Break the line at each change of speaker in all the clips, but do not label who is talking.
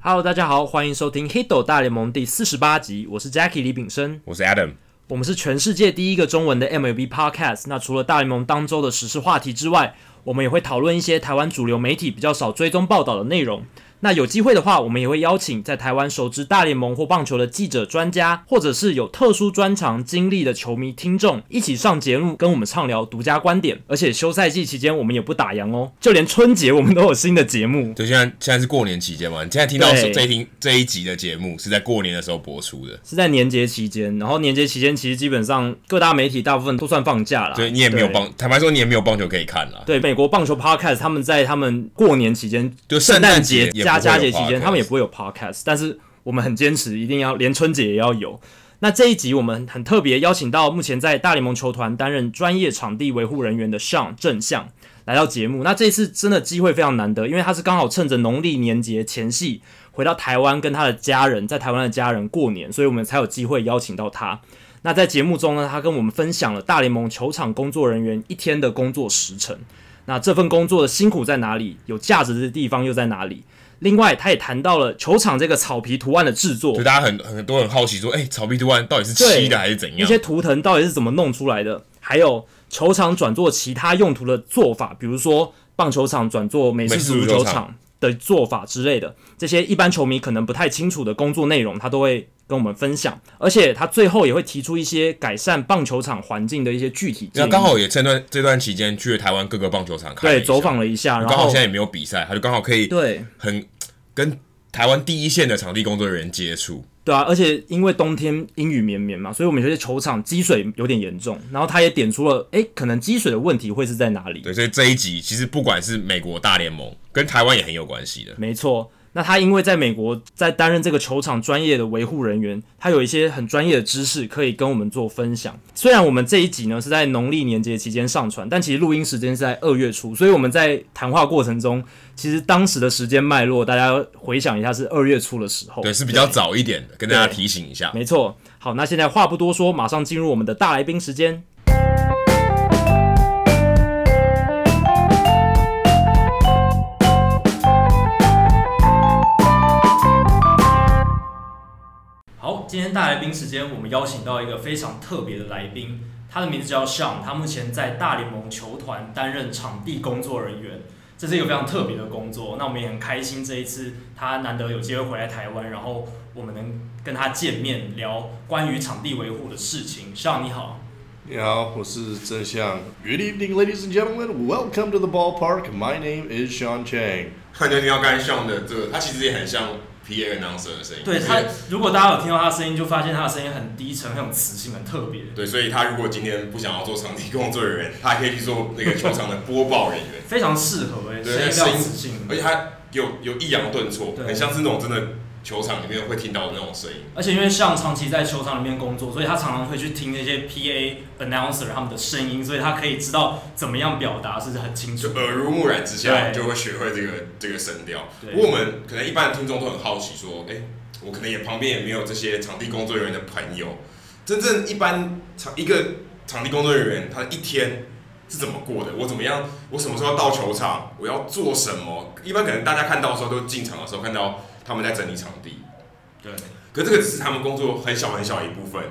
Hello，大家好，欢迎收听《Hiddle 大联盟》第四十八集，我是 Jackie 李炳生，
我是 Adam。
我们是全世界第一个中文的 MLB Podcast。那除了大联盟当周的时事话题之外，我们也会讨论一些台湾主流媒体比较少追踪报道的内容。那有机会的话，我们也会邀请在台湾熟知大联盟或棒球的记者、专家，或者是有特殊专长经历的球迷听众，一起上节目跟我们畅聊独家观点。而且休赛季期间，我们也不打烊哦，就连春节我们都有新的节目。
就现在现在是过年期间嘛，你现在听到
对
这一听这一集的节目是在过年的时候播出的，
是在年节期间，然后年节期间其实基本上各大媒体大部分都算放假了，
所以你也没有
啊对。
棒，坦白说你也没有棒球可以看啦。
对美国棒球 podcast，他们在他们过年期间，
就
圣
圣
诞
诞
节
节
加
也不会有
佳节期间，
podcast
他们也不会有 podcast，但是我们很坚持，一定要连春节也要有。那这一集我们很特别邀请到目前在大联盟球团担任专业场地维护人员的上正向来到节目。那这一次真的机会非常难得，因为他是刚好趁着农历年节前夕回到台湾，跟他的家人在台湾的家人过年，所以我们才有机会邀请到他。那在节目中呢，他跟我们分享了大联盟球场工作人员一天的工作时程。那这份工作的辛苦在哪里？有价值的地方又在哪里？另外，他也谈到了球场这个草皮图案的制作
就，大家很很多人好奇说，哎、草皮图案到底是漆的还是怎
一
样？
些图腾到底是怎么弄出来的，还有球场转做其他用途的做法，比如说棒球场转做美式
美式
足
足
球
球
场
场
的做法之类的，这些一般球迷可能不太清楚的工作内容，他都会跟我们分享，而且他最后也会提出一些改善棒球场环境的一些具体建
那
议。
刚好也趁段这段期间去了台湾各个棒球场看了
对
一下
走，访了一下，然
刚好
后
现在也没有比赛，他就刚好可以
对
很跟台湾第一线的场地工作人员接触。
对啊，而且因为冬天阴雨绵绵嘛，所以我们有些球场积水有点严重。然后他也点出了，诶，可能积水的问题会是在哪里？
对，所以这一集其实不管是美国大联盟跟台湾也很有关系的。
没错，那他因为在美国在担任这个球场专业的维护人员，他有一些很专业的知识可以跟我们做分享。虽然我们这一集呢是在农历年节期间上传，但其实录音时间是在二月初，所以我们在谈话过程中，其实当时的时间脉络，大家回想一下是二月初的时候。
对，是比较早一点的，跟大家提醒一下。
没错。好，那现在话不多说，马上进入我们的大来宾时间。好，今天大来宾时间，我们邀请到一个非常特别的来宾，他的名字叫 Sean，他目前在大联盟球团担任场地工作人员。这是一个非常特别的工作，那我们也很开心这一次他难得有机会回来台湾，然后我们能跟他见面聊关于场地维护的事情。上你好，
你好，我是真相。Good evening, ladies and gentlemen. Welcome to the ballpark. My name is Sean Chang.
你就听到刚才 Sean 的这个，他其实也很像 PA announcer 的声音。
对
就是
他，如果大家有听到他的声音，就发现他的声音很低沉，很有磁性，很特别。
对，所以他如果今天不想要做场地工作人员，他还可以去做那个球场的播报人员，
非常适合哎、欸，
对
声音非
声
常
音
磁性，
而且他有有抑扬顿挫，
对
很像是那种真的球场里面会听到的那种声音。
而且因为像长期在球场里面工作，所以他常常会去听那些 PA announcer 他们的声音，所以他可以知道怎么样表达是很清楚
就。耳濡目染之下，
对
就会学会这个这个声调。
对
不过我们可能一般的听众都很好奇，说，哎、我可能也旁边也没有这些场地工作人员的朋友。真正一般场一个场地工作人员，他一天是怎么过的？我怎么样？我什么时候要到球场？我要做什么？一般可能大家看到的时候，都进场的时候看到他们在整理场地。
对，
可这个只是他们工作很小很小一部分，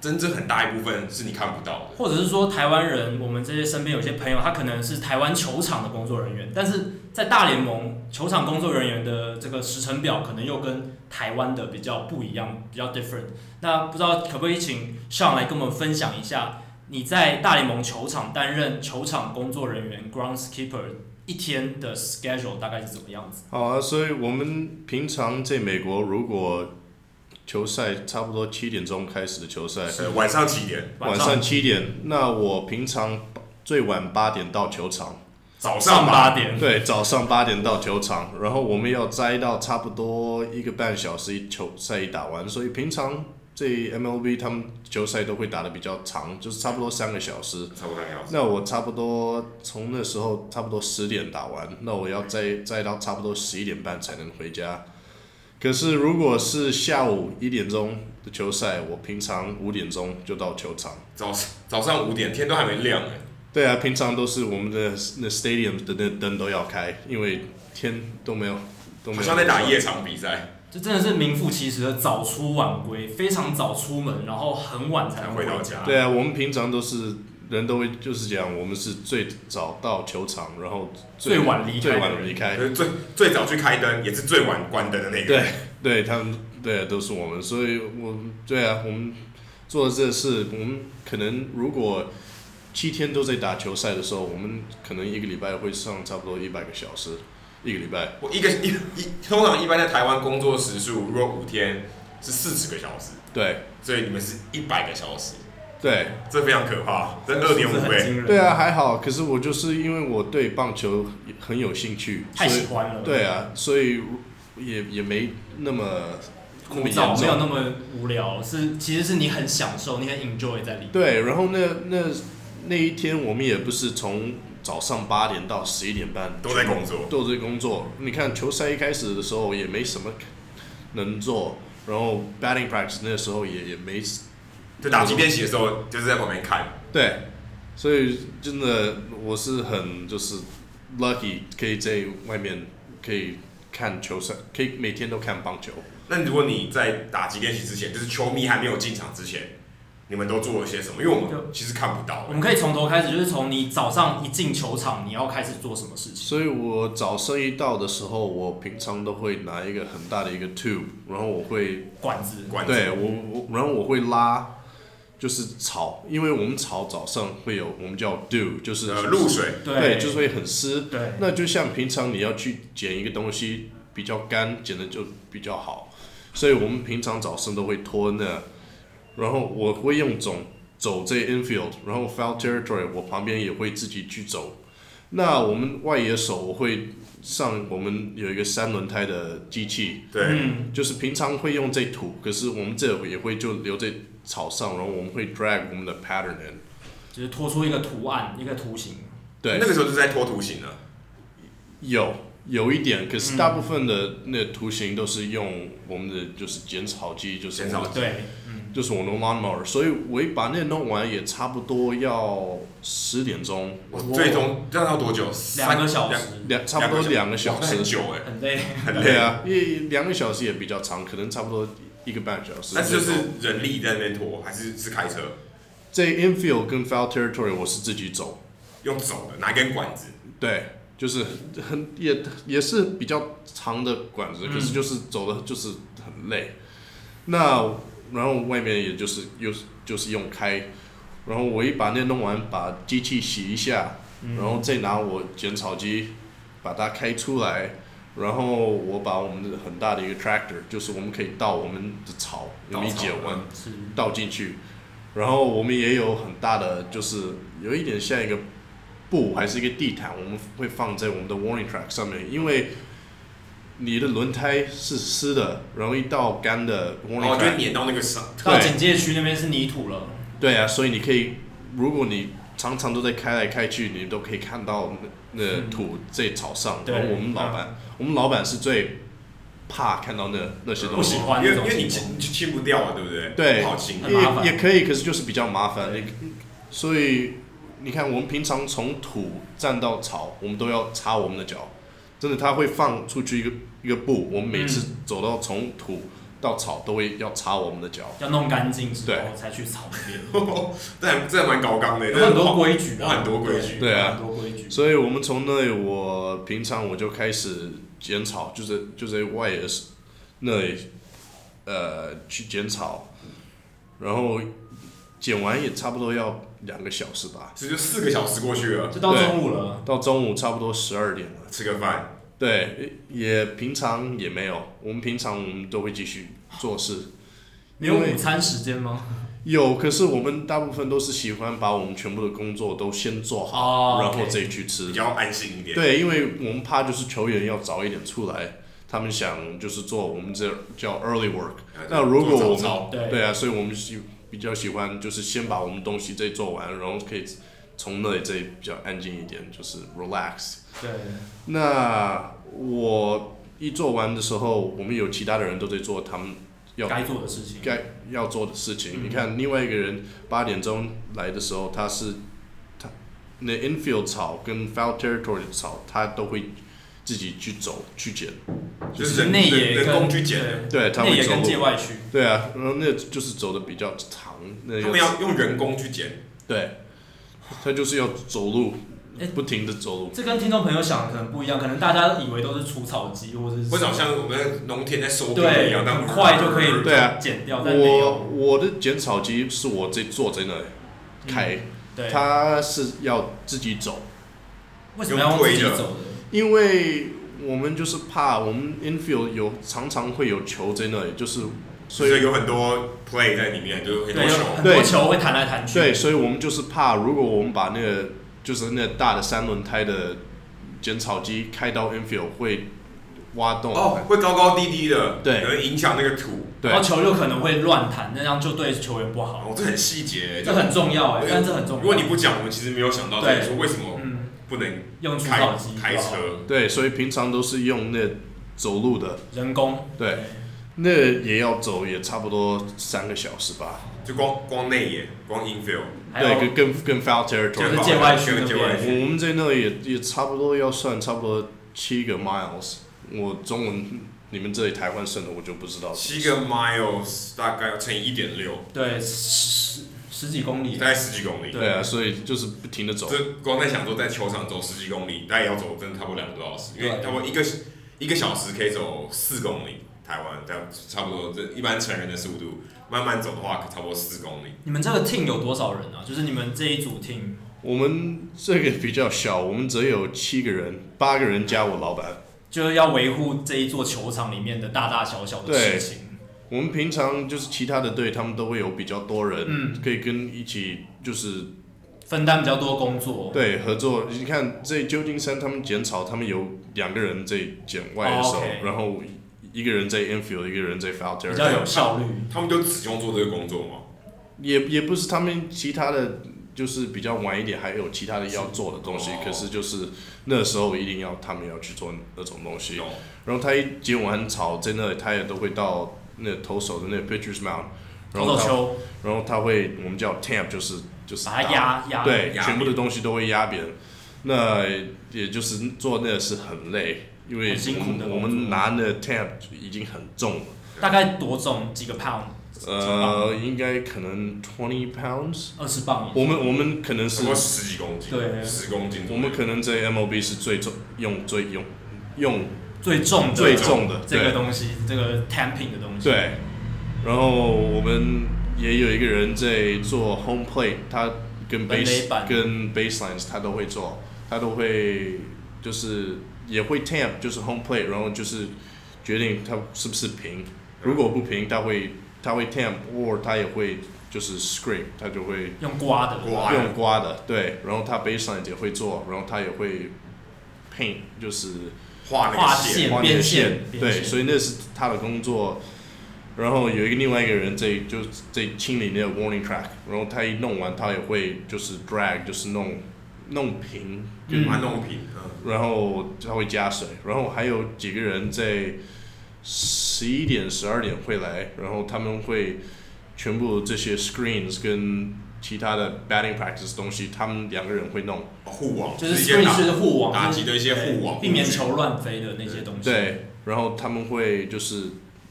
真正很大一部分是你看不到的。
或者是说台湾人，我们这些身边有些朋友，他可能是台湾球场的工作人员，但是在大联盟球场工作人员的这个时程表可能又跟台湾的比较不一样，比较 different。那不知道可不可以请上来跟我们分享一下，你在大联盟球场担任球场工作人员 groundskeeper 一天的 schedule 大概是怎么样子？
好啊，所以我们平常在美国，如果球赛差不多七点钟开始的球赛，
呃，晚上几点？
晚上七点，那我平常最晚八点到球场，
早
上
上
八
吧。
点，
对，早上八点到球场，然后我们要摘到差不多一个半小时一球赛一打完，所以平常这 MLB 他们球赛都会打的比较长，就是差不多三个小时。
差不多两个小时。
那我差不多从那时候差不多十点打完，那我要再再到差不多十一点半才能回家。可是如果是下午一点钟的球赛，我平常五点钟就到球场。
早早上五点，天都还没亮哎、
对啊，平常都是我们的那 stadium 的那灯都要开，因为天都没有都没
好
有。
像在打夜场比赛。
就真的是名副其实的早出晚归，非常早出门，然后很晚才
才
回
回到家。
对啊，我们平常都是人都会就是讲，我们是最早到球场，然后
最晚离开
最
的
晚
人
离开
可。是最最早去开灯，也是最晚关灯的那个。
哎对，对他们，对啊，都是我们，所以我对啊，我们做这事，我们可能如果七天都在打球赛的时候，我们可能一个礼拜会上差不多一百个小时，一个礼拜。
我一个一一通常一般在台湾工作时数，如果五天是四十个小时，
对，
所以你们是一百个小时，
对，
这非常可怕，这二
是
点
不是
五
很
倍。
惊人？
对啊，，还好。可是我就是因为我对棒球很有兴趣，
太
所以
喜欢了。
对啊，所以也也没那么那么
枯
严
燥，没有
重。
那么无聊，是其实是你很享受，你很 enjoy 在里面。
对，然后那那那一天我们也不是从早上八点到十一点半
都在工作
都在工作。你看球赛一开始的时候也没什么能做，然后 batting practice 那时候也也没
就打击练习的时候，就是在旁边看。
对，所以真的我是很就是 lucky 可以在外面可以看球赛，可以每天都看棒球。
那如果你在打击练习之前，就是球迷还没有进场之前，你们都做了些什么？因为我们其实看不到
我。们可以从头开始，就是从你早上一进球场，你要开始做什么事情。
所以我早上一到的时候，我平常都会拿一个很大的一个 tube，然后我会
管子，
管
对我我，然后我会拉，就是草，因为我们草早上会有我们叫 dew，就是
呃露水，
对，就是会很湿。
对
那就像平常你要去捡一个东西，比较干，捡的就比较好。所以我们平常早上都会拖那，然后我会用走走这 infield，然后 foul territory 我旁边也会自己去走。那我们外野手我会上我们有一个三轮胎的机器，
对，
嗯，
就是平常会用这土，可是我们这也会就留在草上，然后我们会 drag 我们的 pattern in。
就是拖出一个图案，一个图形。
对，
那个时候就是在拖图形了。
有有一点，可是大部分的那图形都是用我们的就是剪草机，就是
剪
我
草
们
机
对，嗯，
就是我的 lawnmower，所以我一把那弄完也差不多要十点钟，
我最终这样要多久？
嗯两
三
个小时，
两差不多两个小
哇那很
时，
久哎，
很累。
很
对
累。
啊，因为两个小时也比较长，可能差不多一个半小时。
但是就是人力在那边拖，还是是开车
这 infield 跟 foul territory 我是自己走，
用走的，拿一根管子，
对，就是很也也是比较长的管子，
嗯
可是就是走的就是很累。那然后外面也就是又是就是用开，然后我一把那弄完，把机器洗一下，然后再拿我剪草机把它开出来，然后我把我们的很大的一个 tractor，就是我们可以倒我们的草，我们
稻
一
草
剪完，
是，
倒进去，然后我们也有很大的，就是有一点像一个布还是一个地毯，我们会放在我们的 warning track 上面，因为你的轮胎是湿的，容易到干的
然
warning
后哦就
track，、
碾到那个上。
到警戒区那边是泥土了。
对啊，所以你可以，如果你常常都在开来开去，你都可以看到那那
嗯
土在草上。
对
然后我们老板，我们老板是最怕看到那那些东
不
西
喜。欢
因为
这
因
种
为你
情
清
况。
你清不掉啊，对不对？
对嗯
不好清。
很麻烦
也也可以，可是就是比较麻烦。
对
你所以你看，我们平常从土站到草，我们都要擦我们的脚。真的，它会放出去一个一个布，我们每次走到从土到草都会要擦我们的脚。
要弄干净之后
对
才去草那
这还这还蛮高纲的，
边，有很多规矩
有
啊，
很多规矩。
对啊
很多规矩。
所以我们从那里，我平常我就开始剪草，就是就在外野是那里，呃，去剪草，然后剪完也差不多要两个小时吧，
这就四个小时过去
啊
了，
就到中午了，
到中午差不多十二点了。
吃个饭，
对，也平常也没有，我们平常我们都会继续做事。
你有
因为
午餐时间吗？
有，可是我们大部分都是喜欢把我们全部的工作都先做好，
哦
然后
OK
再去吃
比。较安心一点。
对，因为我们怕就是球员要早一点出来，他们想就是做我们这叫 early work。
呃，
那如果我
做早操
们
对
对啊，所以我们喜比较喜欢就是先把我们东西再做完，然后可以从那里再比较安静一点，就是 relax。
对，
那我一做完的时候，我们有其他的人都在做他们要
该嗯做的事情。
啊
该要做的事情。你看，另外一个人八点钟来的时候，他是他那 infield 草跟 foul territory 的草，他都会自己去走去捡。
就是
是
人
内野
人人工
跟
去捡的，
对，他
内
会
野
走
跟界
路。
外区，
对啊，然后那就是走的比较长，那
他们要用人工去捡，
对，他就是要走路
哎，
不停的走路。
这跟听众朋友想的可能不一样，可能大家以为都是除草机或者是
为什么像我们在农田在收割一
对
样，那
很快就可以
对啊
剪掉，但没
我
有
我的剪草机是我自己坐在那里
嗯
开，
对，
它是要自己走，
为什么要用自己走的？
因为我们就是怕我们 infield 有常常会有球在那里，就是
嗯
所
所以
以有很多 play 在里面，就是很多
对，
球
有很
对
多球会弹来弹去。
对，所以我们就是怕，如果我们把那个就是那大的三轮胎的剪草机开到 infield 会挖洞。
哦，会高高低低的，
对
可能影响那个土。
对
然后球有可能会乱弹，那样就对球员不好，
哦，这很细节，
这很重要哎、
对
但这很重要。
如果你不讲，我们其实没有想到，
对
就是说为什么
嗯
不能
用除
开
草机
开
就好
车？
对，所以平常都是用那走路的，
人工
对，那也要走也差不多三个小时吧。
就光光内野，光 infield，
还有
对，跟跟跟 foul
就
territory，
是界外区那边
界外区，
我们在那里也也差不多要算差不多七个 miles。我中文你们这里台湾算的我就不知道。
七个 miles 大概要乘以一点六，
对十十十几公里
大，概十几公里。
对啊，所以就是不停的走。
这光在想说在球场走十几公里，大概要走真的差不多两个多小时，因为
对
差不多一个一个小时可以走四公里。台湾这样差不多，这一般成人的速度，慢慢走的话，可差不多四公里。
你们这个 team 有多少人啊？就是你们这一组 team
我们这个比较小，我们只有七个人，八个人加我老板。
就是要维护这一座球场里面的大大小小的事
对
情。
我们平常就是其他的队，他们都会有比较多人，
嗯
可以跟一起就是
分担比较多工作，
对合作。你看这旧金山他们剪草，他们有两个人在剪外野手，
哦，OK
然后一个人在 infield，一个人在 foul
比
territory。
较有效率。
他们就只用做这个工作嘛，
也也不是他们其他的，就是比较晚一点，还有其他的要做的东西。
哦
可是就是那时候一定要他们要去做那种东西。哦
懂
然后他一剪完草在那里，他也都会到那投手的那 pitcher's mound，然
投
后
手
他
球
然后他会我们叫 tamp，就是就是
把它
打
压压，
对，
压扁
全部的东西都会压扁。那也就是做那个是很累，因为
很辛苦的
我
工
们我
作
们拿那 tamp 已经很重了，
大概多重几个 pound，
呃，应该可能 twenty pounds。
二十磅以上。
我们我们可能
差
是
不多十几公斤，
对
十公斤左
我
右。
们可能在 MLB 是最重用最用用
最重的
最重的，
这个东西，这个 tamping 的东
对
西。
对。然后我们也有一个人在做 home play，他跟
本垒
base
板
跟 baselines 他都会做，他都会就是也会 tamp 就是 home play，然后就是决定他是不是平，如果不平他会他会 tamp or 他也会就是 scrape，他就会
用刮的，
刮的
用刮的，对，然后他 baseline 也会做，然后他也会 paint，就是
画那
画
个线，
线
画那个
边
线，
边
对，
线
所以那是他的工作。然后有一个另外一个人在就在清理那个 warning track，然后他一弄完，他也会就是 drag，就是弄弄平，
嗯
把它弄平。嗯，
然后他会加水，然后还有几个人在十一点、十二点会来，然后他们会全部这些 screens 跟其他的 batting practice 东西，他们两个人会弄。
护嗯网
就是
一些
screen
打
是护网，
打
就是
击的一些护网
避免球乱飞的那些东西。，
对，然后他们会就是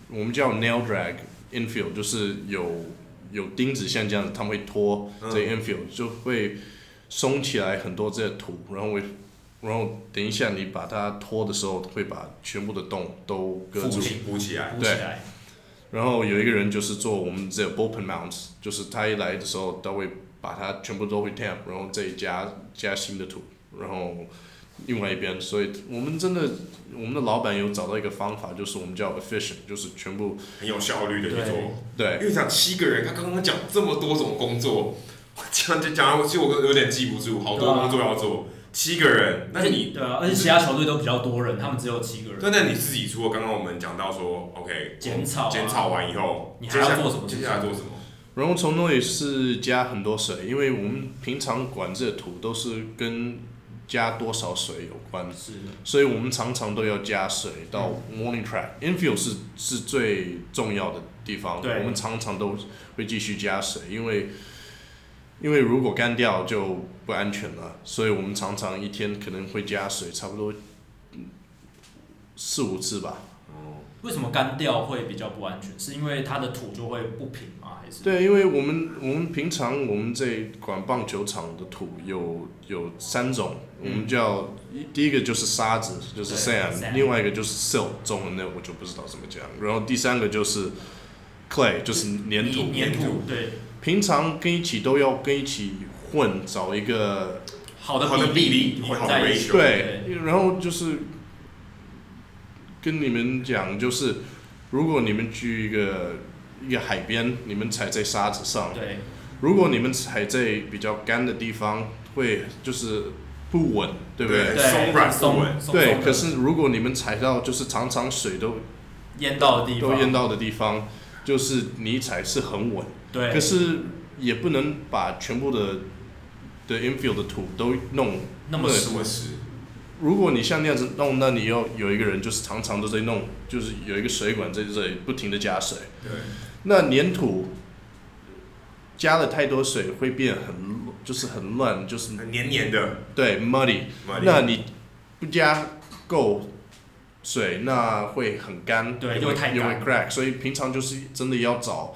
我们叫 nail drag infield，就是有有钉子像这样子，他们会拖
嗯
这 infield、就会松起来很多这土，然后会。然后等一下，你把它拖的时候，会把全部的洞都割
补
住。
起补起来，
鼓起来，
然后有一个人就是做我们这 bullpen mounts，就是他一来的时候，他会把它全部都会 tamp，然后再加加新的土，然后另外一边，所以我们真的我们的老板有找到一个方法，就是我们叫 efficient，就是全部
很有效率的去做。
对
因为想七个人，他刚刚讲这么多种工作，我讲就讲，我其实我有点记不住，好多
对啊
工作要做，七个人，那
而且
你。
对啊，而且其他球队都比较多人，他们只有七个人。
对，那你自己除了刚刚我们讲到说，OK，
剪草啊
剪草完以后，
你还要
接下
做什么
接下来做什么？
然后从那里是加很多水，因为我们平常管这土都是跟加多少水有关，
是
所以我们常常都要加水到 morning track、infield 是是最重要的地方，
对
我们常常都会继续加水，因为因为如果干掉就不安全了，所以我们常常一天可能会加水差不多嗯四五次吧。
为什么干掉会比较不安全？是因为它的土就会不平吗？还是？
对，因为我们我们平常我们这管棒球场的土有有三种，我们叫一第一个就是沙子，就是
嗯对
sand，
sand
另外一个就是 silt，中文的我就不知道怎么讲。然后第三个就是 clay，就是粘土。
黏土，对，
平常跟一起都要跟一起混，找一个
好的
好的
比
比例
混
好的
在一起，
ratio
对，然后就是跟你们讲，就是如果你们去一个一个海边，你们踩在沙子上，
对，
如果你们踩在比较干的地方，会就是不稳，对不对？
对松软
松
不稳
松
对，
松的
可是如果你们踩到就是常常水都
淹到的地
都
方，
淹到的地方，就是泥踩是很稳，
对，
可是也不能把全部的的 infield 的土都弄
那么
什
熟，
么事？
如果你像那样子弄，那你要有一个人就是常常都在弄，就是有一个水管在这里不停的加水。
对，
那粘土加了太多水会变很就是很乱，就是
很黏黏的。
对 muddy。那
啊
你不加够水，那会很干，
对
也
又
会
太干
也会 crack。所以平常就是真的要找，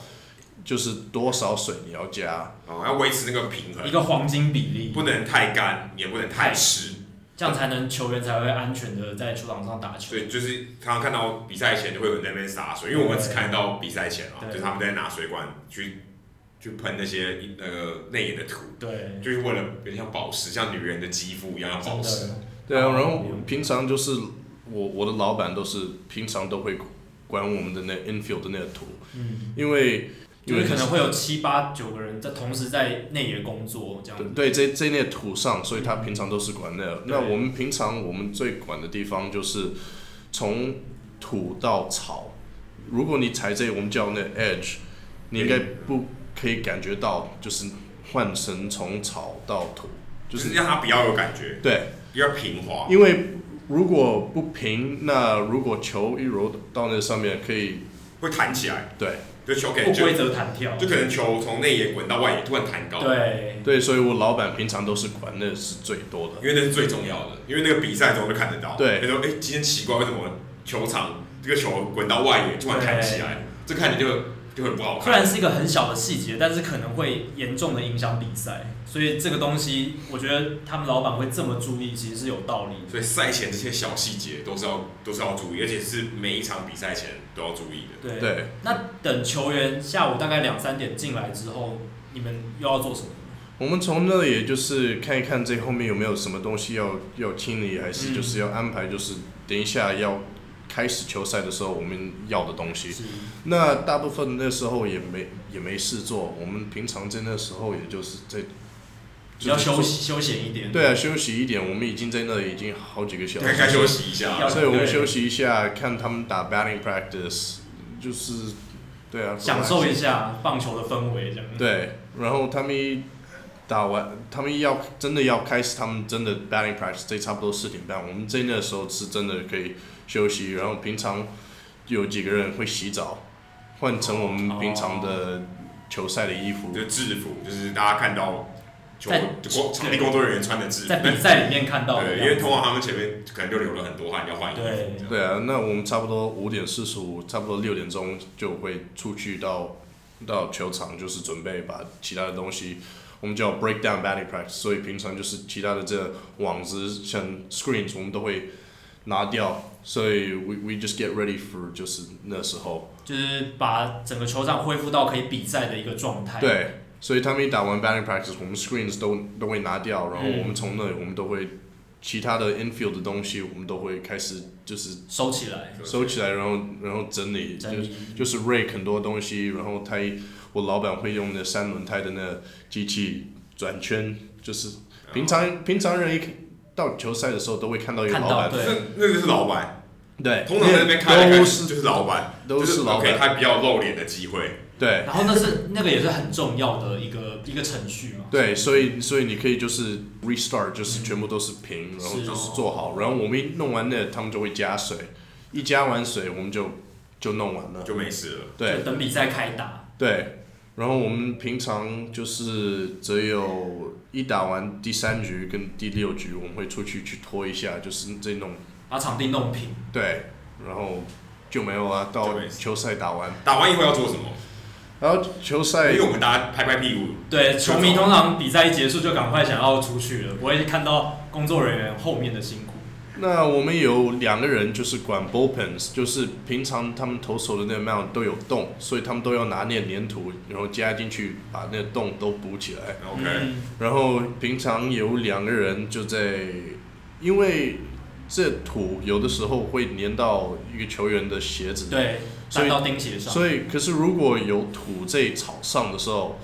就是多少水你要加。
哦，要维持那个平
一
衡，
个黄金比例，
不能太干，也不能太湿。
这样才能球员才会安全的在球场上打球
所。以就是常常看到比赛前就会有人在那边洒水，因为我们只看到比赛前啊，
对
就是他们在拿水管去去喷那些那个内眼的土，
对，
就是为了有点像保湿，像女人的肌肤一样要
真
保湿。
的，
对啊，
哦
然后平常就是我我的老板都是平常都会管我们的那 infield 的那个土，
嗯，
因为
因
因
为
为
可能会有七八九个人在同时在内野工作这样子。
对这这那土上，所以
嗯
他平常都是管那个。那
对
我们平常我们最管的地方就是从土到草，如果你踩这我们叫那 edge，你应该不可以感觉到，就是换成从草到土，就
就是
是
让它比较有感觉，
对。
比较平滑。
因为如果不平，那如果球一揉到那上面，可以
会弹起来，
对
就球可
不
能就
规则弹跳，
就可能球从内野滚到外野，突然弹高，
对，
对，所以我老板平常都是管那是最多的。
因为那是最重要的，因为那个比赛中就看得到。
对
他说：“哎、今天奇怪，为什么球场这个球滚到外野突然弹起来？这看起来就就很不好
虽
看。
然是一个很小的细节，但是可能会严重的影响比赛，所以这个东西，我觉得他们老板会这么注意，其实是有道理的。
所以赛前这些小细节都是要都是要注意，而且是每一场比赛前都要注意的。
对，
对，
那等球员下午大概两三点进来之后，你们又要做什么？
我们从那也就是看一看这后面有没有什么东西要要清理，还是
嗯
就是要安排，就是等一下要开始球赛的时候我们要的东西。
是
那大部分那时候也没也没事做，我们平常在那时候也就是在
比较
就是
休息休闲一点。
对啊，休息一点，我们已经在那里已经好几个小时了，
该该休息一下
要，
所以我们休息一下，看他们打 batting practice，就是对啊，
享受一下棒球的氛围，这样。
对，然后他们一打完，他们要真的要开始他们真的 batting practice，这差不多四点半，我们在那时候是真的可以休息，然后平常有几个人会洗澡，换成我们平常的球赛的衣服，
就制服，就是大家看到球
在
就工场地工作人员穿的制服。
在比赛里面看到的
对，因
样子
为通常他们前面可能就流了很多汗，要换衣服。
对
这样
对啊，那我们差不多五点四十五，差不多六点钟就会出去到到球场，就是准备把其他的东西，我们叫 break down batting practice。所以平常就是其他的这网子像 screens 我们都会拿掉，所以 we we just get ready for 就是那时候。
就是把整个球场恢复到可以比赛的一个状态。，
对，所以他们一打完 batting practice，我们 screens 都都会拿掉，然后
嗯
我们从那里我们都会其他的 infield 的东西，我们都会开始就是
收起来，
收起来，然后然后整理，就
整
是
理。
就是 rake 很多东西，然后他我老板会用那三轮胎的那机器转圈，就是
哦
平常平常人一到球赛的时候都会看到一个
看
老
到
板，
对
那那就是老板，
对，
通常在那边看来看
都
去
是
就是老板，
都
就是
老
OK，
板，
他比较露脸的机会。
对
然后那是那个也是很重要的一个一个程序嘛。
对，所以所以你可以就是 restart，就是全部都是平，然后
是
就是做好，然后我们一弄完那他们就会加水，一加完水我们就就弄完了，
就没事了。
对，
就等比赛开打，
对，然后我们平常就是只有一打完第三局跟第六局，我们会出去去拖一下，就是这种
把场地弄平。
对，然后就没有啊，到
就没事
球赛打完，
打完以后要做什么？
然后球赛
因为我们大家拍拍屁股，
对，
就
球迷
走
通常比赛一结束就赶快想要出去了，不会看到工作人员后面的辛苦。
那我们有两个人就是管 bullpens，就是平常他们投手的那 amount 都有洞，所以他们都要拿点粘土，然后加进去把那个洞都补起来。
OK，、
嗯
然后平常有两个人就在，因为这土有的时候会粘到一个球员的鞋子，，
对，
所
站
以
到钉鞋上。
所以可是如果有土在草上的时候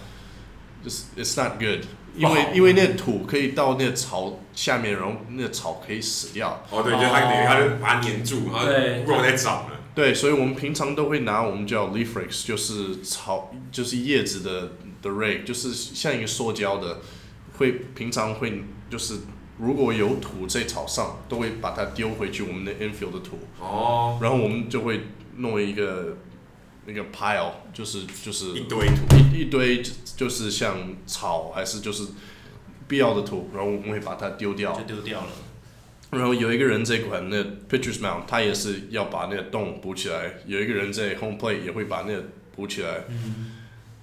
，it's it's not good，因
不
为
好
因为那土可以到那草下面，然后那草可以死掉。
哦对，就他
哦
等于他就把它粘住，然后
对
肉在长了。
对，所以我们平常都会拿我们叫 leaf rakes，就是草，就是叶子的的 rake，就是像一个塑胶的，会平常会就是如果有土在草上，都会把它丢回去我们的 infield 的土，
哦，
然后我们就会弄一个那个 pile，就是就是
一堆土，
一一堆就是像草还是就是必要的土，然后我们会把它丢掉
就。丢掉了。
然后有一个人在管那 pitchers mound，他也是要把那个洞补起来；有一个人在 home plate 也会把那个补起来。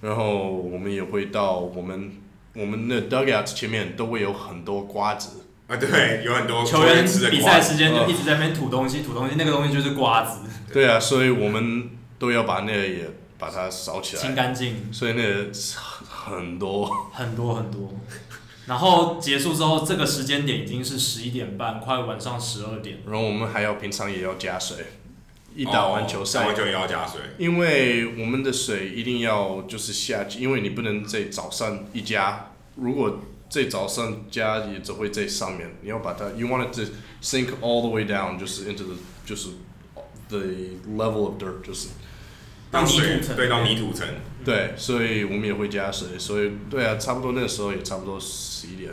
然后我们也会到我们我们的 dugout 前面都会有很多瓜子，
啊对，有很多
球员
吃的
比
瓜
赛时间就一直在那边吐东西，吐东西，那个东西就是瓜子，
对啊，所以我们都要把那个也把它扫起
清
来。
干净
所以那个很多，
很多很多。然后结束之后，这个时间点已经是十一点半，快晚上十二点。
然后我们还要平常也要加水，一打完球
哦打
赛
完球也要加水。
因为我们的水一定要就是下去，因为你不能在早上一加，如果在早上加也只会在上面，你要把它，you want it to sink all the way down，就是 into the 就是 the level of dirt，就是
到水
泥土层
对到泥土层，
对，所以我们也会加水，所以对啊，差不多那个时候也差不多十一点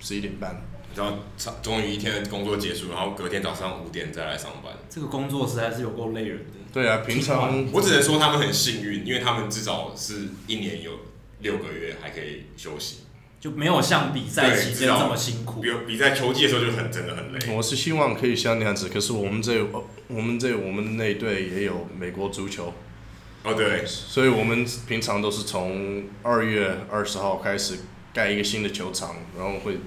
十一点半，
然后差终于一天的工作结束，然后隔天早上五点再来上班。
这个工作实在是有够累人的。
对啊，平常
我只能说他们很幸运，因为他们至少是一年有六个月还可以休息，
就没有像比赛
对
期
知
间
道
这么辛苦
比。如比赛球季的时候就很真的很累。
我是希望可以像那样子，可是我们这我们这我们那一队也有美国足球。
哦对，
所以我们平常都是从二月二十号开始盖一个新的球场，然后会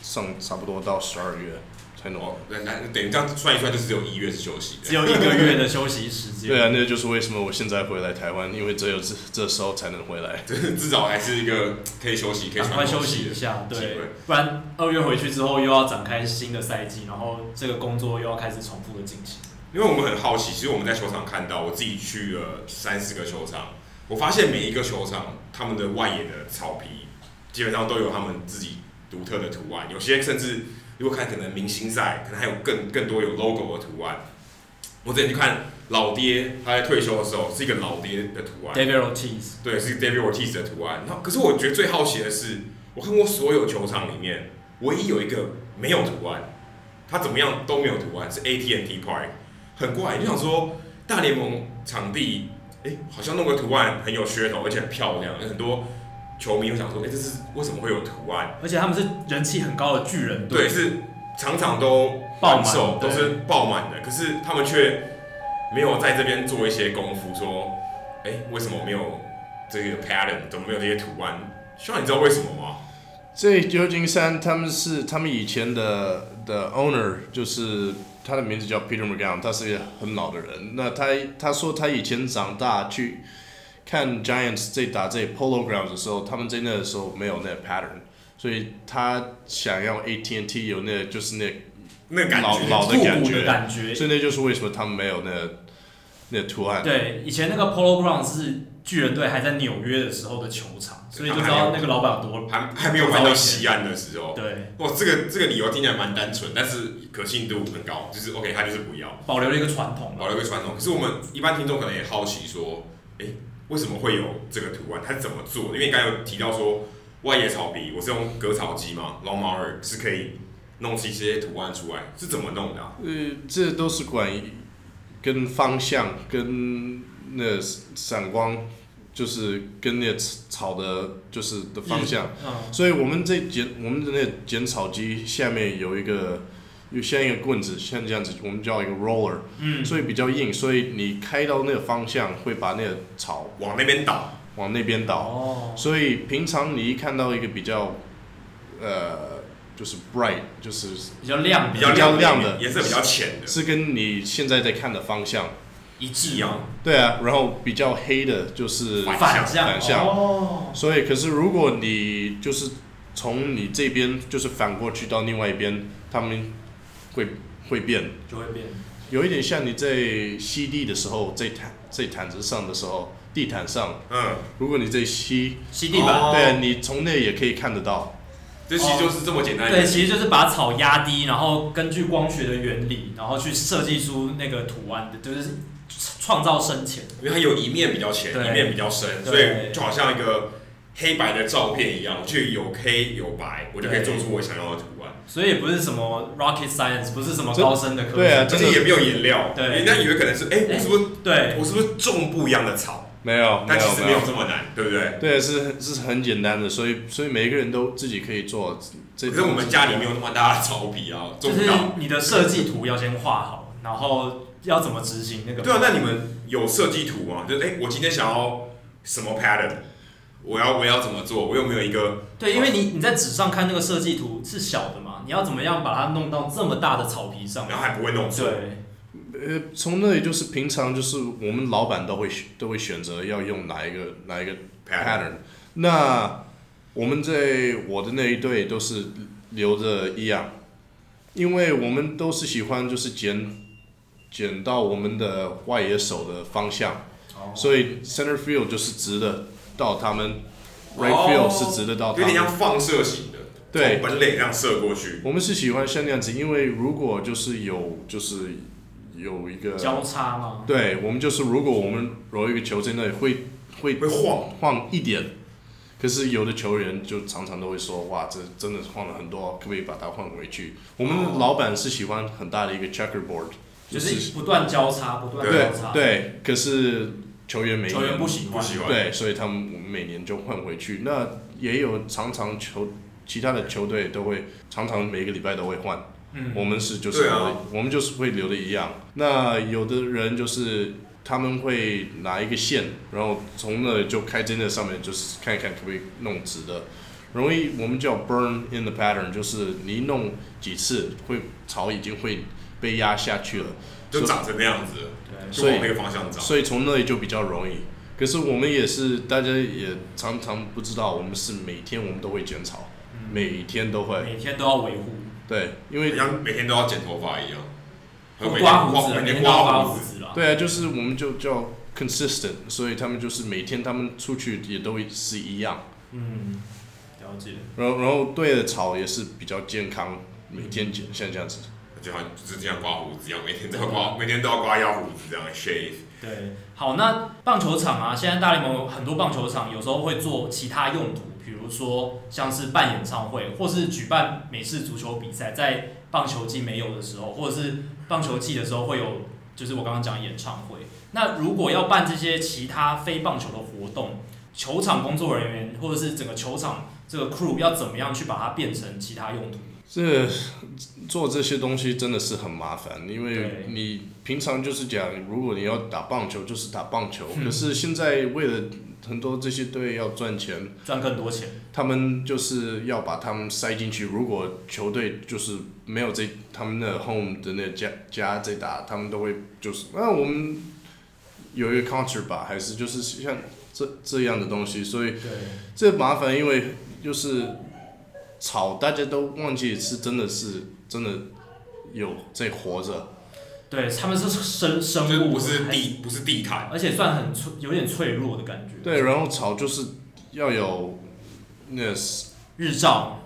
上差不多到十二月才弄
哦
完。
那那等于这样算一算，就是只有一月是休息的。
只有一个月的休息时间。
对啊，那就是为什么我现在回来台湾，因为只有这这时候才能回来。
至至少还是一个可以休息、可以
赶快
喘口
休
气
息
的
一下，
机
对
会，
不然二月回去之后又要展开新的赛季，然后这个工作又要开始重复的进行。
因为我们很好奇，其实我们在球场看到，我自己去了三四个球场，我发现每一个球场他们的外野的草皮基本上都有他们自己独特的图案，有些甚至如果看可能明星赛，可能还有更更多有 logo 的图案。我之前去看老爹，他在退休的时候是一个老爹的图案，
David Ortiz，
对，是 David Ortiz 的图案。然后，可是我觉得最好奇的是，我看过所有球场里面，唯一有一个没有图案，它怎么样都没有图案，是 AT&T Park，很怪。就想说，大联盟场地，哎、好像弄个图案很有噱头，而且很漂亮，有很多球迷会想说，哎、这是为什么会有图案？
而且他们是人气很高的巨人
对，
队，
是场场都
爆满
满手
对
都是爆满的，可是他们却没有在这边做一些功夫，说，哎、为什么没有这个 pattern，怎么没有这些图案？希望你知道为什么吗？
这旧金山他们是他们以前的的 owner，就是他的名字叫 Peter McGowan，他是一个很老的人。那他他说他以前长大去看 Giants 在打这 Polo Grounds 的时候，他们在那的时候没有那个 pattern，所以他想要 AT&T 有那就是那
那个感
老
觉，
老
复
的感
古
觉，
的感觉。
所以那就是为什么他们没有那那图案。
对，以前那个 Polo Ground 是巨人队还在纽约的时候的球场，所以就知道那个老板有多
还还没有搬到西岸的时候，
对，
哇，这个这个理由听起来蛮单纯，但是可信度很高，就是 OK，他就是不要
保留了一个传统啊
保
了。
留一个传统。可是我们一般听众可能也好奇说，哎、为什么会有这个图案？它是怎么做的？因为你刚才有提到说外野草皮，我是用割草机嘛，long mower 是可以弄出一些图案出来，是怎么弄的啊、
呃，这都是管跟方向、跟那闪光，就是跟那草的，就是的方向。
嗯，
所以我们这剪我们的那剪草机下面有一个又像一个棍子，像这样子，我们叫一个 roller，
嗯，
所以比较硬，所以你开到那个方向会把那个草
往那边倒，
往那边倒。
哦，
所以平常你一看到一个比较，呃，就是 bright，就是
比较亮，
比
较
亮
亮的
颜色比较浅的，
是跟你现在在看的方向，
一致啊，
对啊，然后比较黑的就是
反
反
向
反向
哦，
所以，可是如果你就是从你这边就是反过去到另外一边，他们会会变，
就会变，
有一点像你在吸地的时候，在毯在毯子上的时候，地毯上，
嗯，
如果你在吸，
吸地板。
哦
对啊，你从那也可以看得到，
这其实就是这么简单的
哦对，，其实就是把草压低，然后根据光学的原理，然后去设计出那个图案的，就是创造深浅。
因为它有一面比较浅，
对
一面比较深，
对
所以就好像一个黑白的照片一样，就有黑有白，我就可以做出我想要的图案，
所以也不是什么 rocket science，不是什么高深的科学。
对啊
而
真
且
的
也没有颜料，
对
人家以为可能是，哎，我是不是
对
我是不是种不一样的草？
没有，
但
没
其
有，
实没有这么难，对不对？
对啊，是是很简单的，所以所以每个人都自己可以做这。
可是我们家里没有那么大的草皮啊，做
就
不
是
到。
你的设计图要先画好，然后要怎么执行那个。
对啊，那你们有设计图吗？就是哎、诶我今天想要什么 pattern，我要我要怎么做？我有没有一个
对，因为你你在纸上看那个设计图是小的嘛，你要怎么样把它弄到这么大的草皮上？
然后还不会弄错？
对，
呃，从那里就是平常就是我们老板都会选都会选择要用哪一个哪一个
pattern？
pattern。那我们在我的那一队都是留着一样，因为我们都是喜欢就是剪剪到我们的外野手的方向，
哦
所以 center field 就是直的到他们，right
哦
field 是直的到
有
他
点
们。
像放射型的，
对
从本垒这样射过去。
我们是喜欢像那样子，因为如果就是有就是有一个
交叉嘛。
对，我们就是如果我们揉一个球在那里会会
会晃
晃一点，可是有的球员就常常都会说哇，这真的是晃了很多，可不可以把它换回去？我们老板是喜欢很大的一个 checkerboard，
就是不断交叉，不断
对
交叉。，
对，可是球员每
球员
年
不喜欢。
不喜欢
对，所以他们我们每年就换回去。那也有常常球其他的球队都会常常每个礼拜都会换。
嗯，
我们是就
对
是、
啊
我们就是会留的一样。那有的人就是他们会拿一个线，然后从那就开在那上面，就是看一看可不可以弄直的。容易我们叫 burn in the pattern，就是你一弄几次会草已经会被压下去了，
就
所以
长成那样子，
对，
就
所以
往那个方
啊
向长。
所以从那里就比较容易。可是我们也是，大家也常常不知道，我们是每天我们都会剪草，每天都会，
嗯每天都要维护，
对，因
好
为
像每天都要剪头发一样，
不
每天
刮胡子啊，
每
每
天
天都要刮
刮
胡
子。
子啦。
对啊，就是我们就叫 consistent，所以他们就是每天他们出去也都是一样，
嗯，了解。
然后然后对的草也是比较健康，每天剪像这样子，
就好像就是这样刮胡子一样，每天都要
嗯
刮，每天都要刮腰胡子这样 shave。
对，好，那棒球场啊，现在大联盟有很多棒球场有时候会做其他用途，比如说像是办演唱会，或是举办美式足球比赛，在棒球季没有的时候，或者是棒球季的时候会有，就是我刚刚讲演唱会。那如果要办这些其他非棒球的活动，球场工作人员或者是整个球场这个 crew 要怎么样去把它变成其他用途？
这做这些东西真的是很麻烦，因为
对
你平常就是讲，如果你要打棒球，就是打 棒球。
嗯
可是现在为了很多这些队要赚钱，
赚更多钱？
他们就是要把他们塞进去。如果球队就是没有这他们的 home 的那家家在打，他们都会就是那、我们有一个 concert 吧，还是就是像这这样的东西，所以
对，
这麻烦，因为就是吵，大家都忘记是真的是真的有在活着，
对，他们是生生
就是
物，
不是地不是地毯，
而且算很脆，有点脆弱的感觉。
对，然后吵就是要有那，
日照，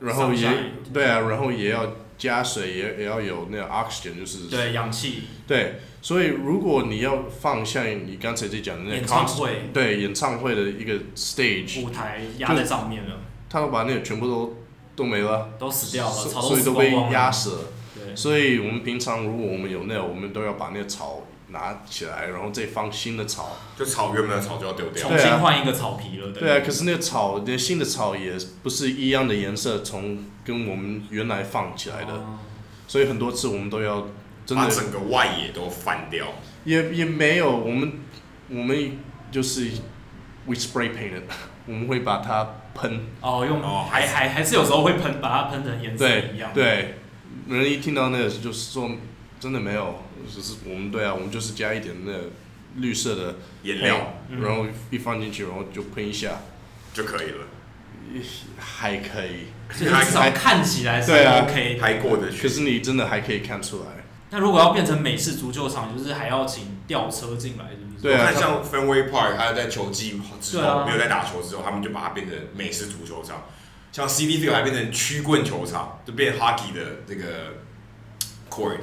然后
Sunshine
也对啊，然后也要加水，也也要有那个 oxygen，就是
对氧气
对所以如果你要放像你刚才在讲的那
演
个
唱
concert，
会
对演唱会的一个 stage，
舞台压在上面了，
他们把那个全部都都没了，
都死掉了，
所
草
所以
死
都
光
被
光
压
了。
死了。
对，
所以我们平常如果我们有那，我们都要把那个草拿起来，然后再放新的草。
就草原本的草就要丢掉
重。新换一个草皮了。
对啊，可是那个草，那新的草也不是一样的颜色，从跟我们原来放起来的，
哦
所以很多次我们都要真
把
的
整个外野都翻掉。
也也没有，我们我们就是 we spray paint it，我 们会把它喷，
哦，用
哦
还还还是有时候会喷，把它喷成颜色
对
一样。，
对，人一听到那个就是说真的没有，只是我们对啊，我们就是加一点那个绿色的
颜料
配，然后一放进去，然后就喷一下，
就可以了，
还可以，
所以至少看起来是
对啊
OK 的。
还过得
可
去。
是你真的还可以看出来，
那如果要变成美式足球场，就是还要请吊车进来，是不是？
对啊
我看像 Fenway Park，他在球季之
对
后
啊
没有在打球之后，他们就把它变成美式足球场。像 CD Field 还变成曲棍球场，就变 hockey 的这个 court，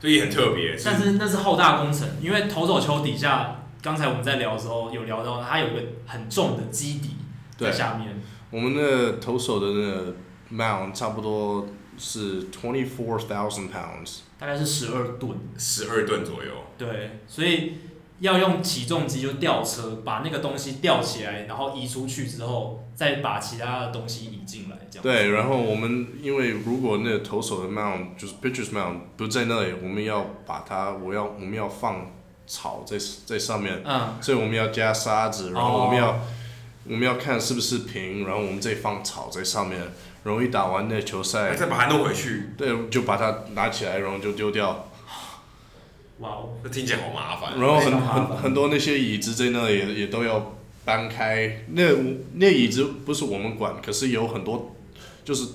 所以也很特别。
但是那是浩大工程，因为投手球底下，刚才我们在聊的时候有聊到，它有一个很重的基底在
对
下面。
我们的投手的那个 mound 差不多是 twenty four thousand pounds，
大概是十二吨，
十二吨左右，
对，所以要用起重机就吊车把那个东西吊起来，然后移出去之后，再把其他的东西移进来，这样。
对，然后我们因为如果那个投手的 mound 就是 pitcher's mound 不在那里，我们要把它，我要我们要放草在在上面，
嗯，
所以我们要加沙子，然后
哦
我们要、我们要看是不是平，然后我们再放草在上面，然后一打完那球赛，
再把它弄回去，
对，就把它拿起来，然后就丢掉，
哇哦，
那听起来好麻烦。
然后
非
很
常麻
很
烦
很多那些椅子在那里也也都要搬开，那那椅子不是我们管，可是有很多就是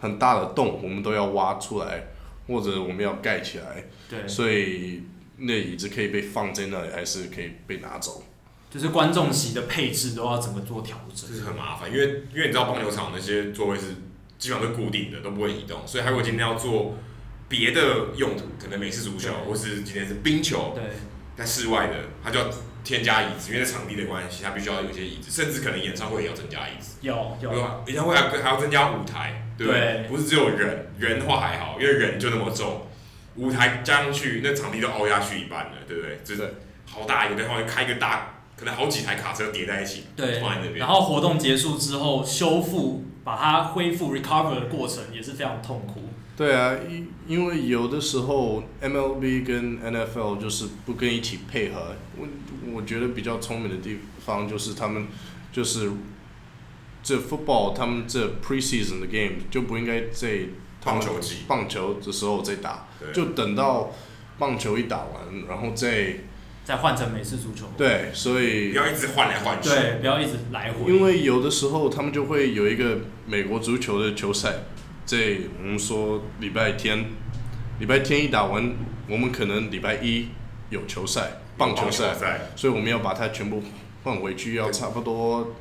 很大的洞，我们都要挖出来，或者我们要盖起来，
对，
所以那椅子可以被放在那里，还是可以被拿走。
就是观众席的配置都要整个做调整
就。是很麻烦，因为因为你知道棒球场那些座位是基本上都固定的，都不会移动，所以他如果今天要做别的用途，可能美式足球
对
或是今天是冰球，
对，
在室外的，他就要添加椅子，因为场地的关系，他必须要有一些椅子，甚至可能演唱会也要增加椅子，
有
对
有，
吧？演唱会还还要增加舞台，对不对？
对
不是只有人，人的话还好，因为人就那么重，舞台加上去，那场地都凹下去一半了，对不对？真的
对
好大一个，然后开一个大，可能好几台卡车叠在一起，
对
放在那边
然。后活动结束之后修复，把它恢复 recover 的过程也是非常痛苦。
对啊，因因为有的时候 MLB 跟 NFL 就是不跟一起配合。我我觉得比较聪明的地方就是他们就是这 football 他们这 preseason 的 game 就不应该在他
棒
们
球季，
棒球的时候再打，
对
就等到棒球一打完，然后再
再换成美式足球，
对，所以
不要一直换来换去。
对，不要一直来回。
因为有的时候他们就会有一个美国足球的球赛，在我们说礼拜天，礼拜天一打完，我们可能礼拜一有球赛，棒球赛，
赛，
所以我们要把它全部换回去，要
对
差不多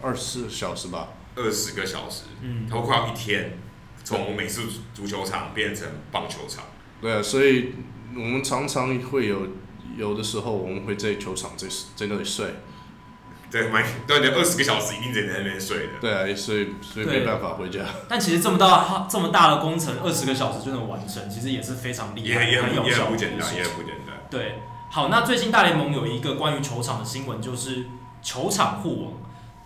二十四小时吧。
二十个小时，
嗯
它会快要一天，从美式足球场变成棒球场。
对啊，所以我们常常会有，有的时候我们会在球场在在那里睡，
对，蛮对，你二十个小时一定得在那边睡的。
对啊，所以所以
对
没办法回家。
但其实这么大这么大的工程，二十个小时就能完成，其实也是非常厉
也
害，
也
很
很
有
也
效率
很不
的事
简单，也
情。
很不简单。
对，好，那最近大联盟有一个关于球场的新闻，就是球场护网。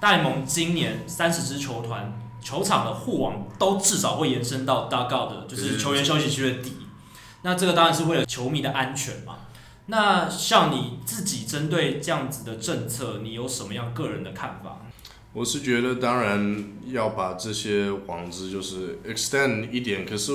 大联盟今年三十支球团球场的护网都至少会延伸到 dugout 的，就是球员休息区的底。那这个当然是为了球迷的安全嘛。那像你自己针对这样子的政策，你有什么样个人的看法？
我是觉得，当然要把这些网子就是 extend 一点，可是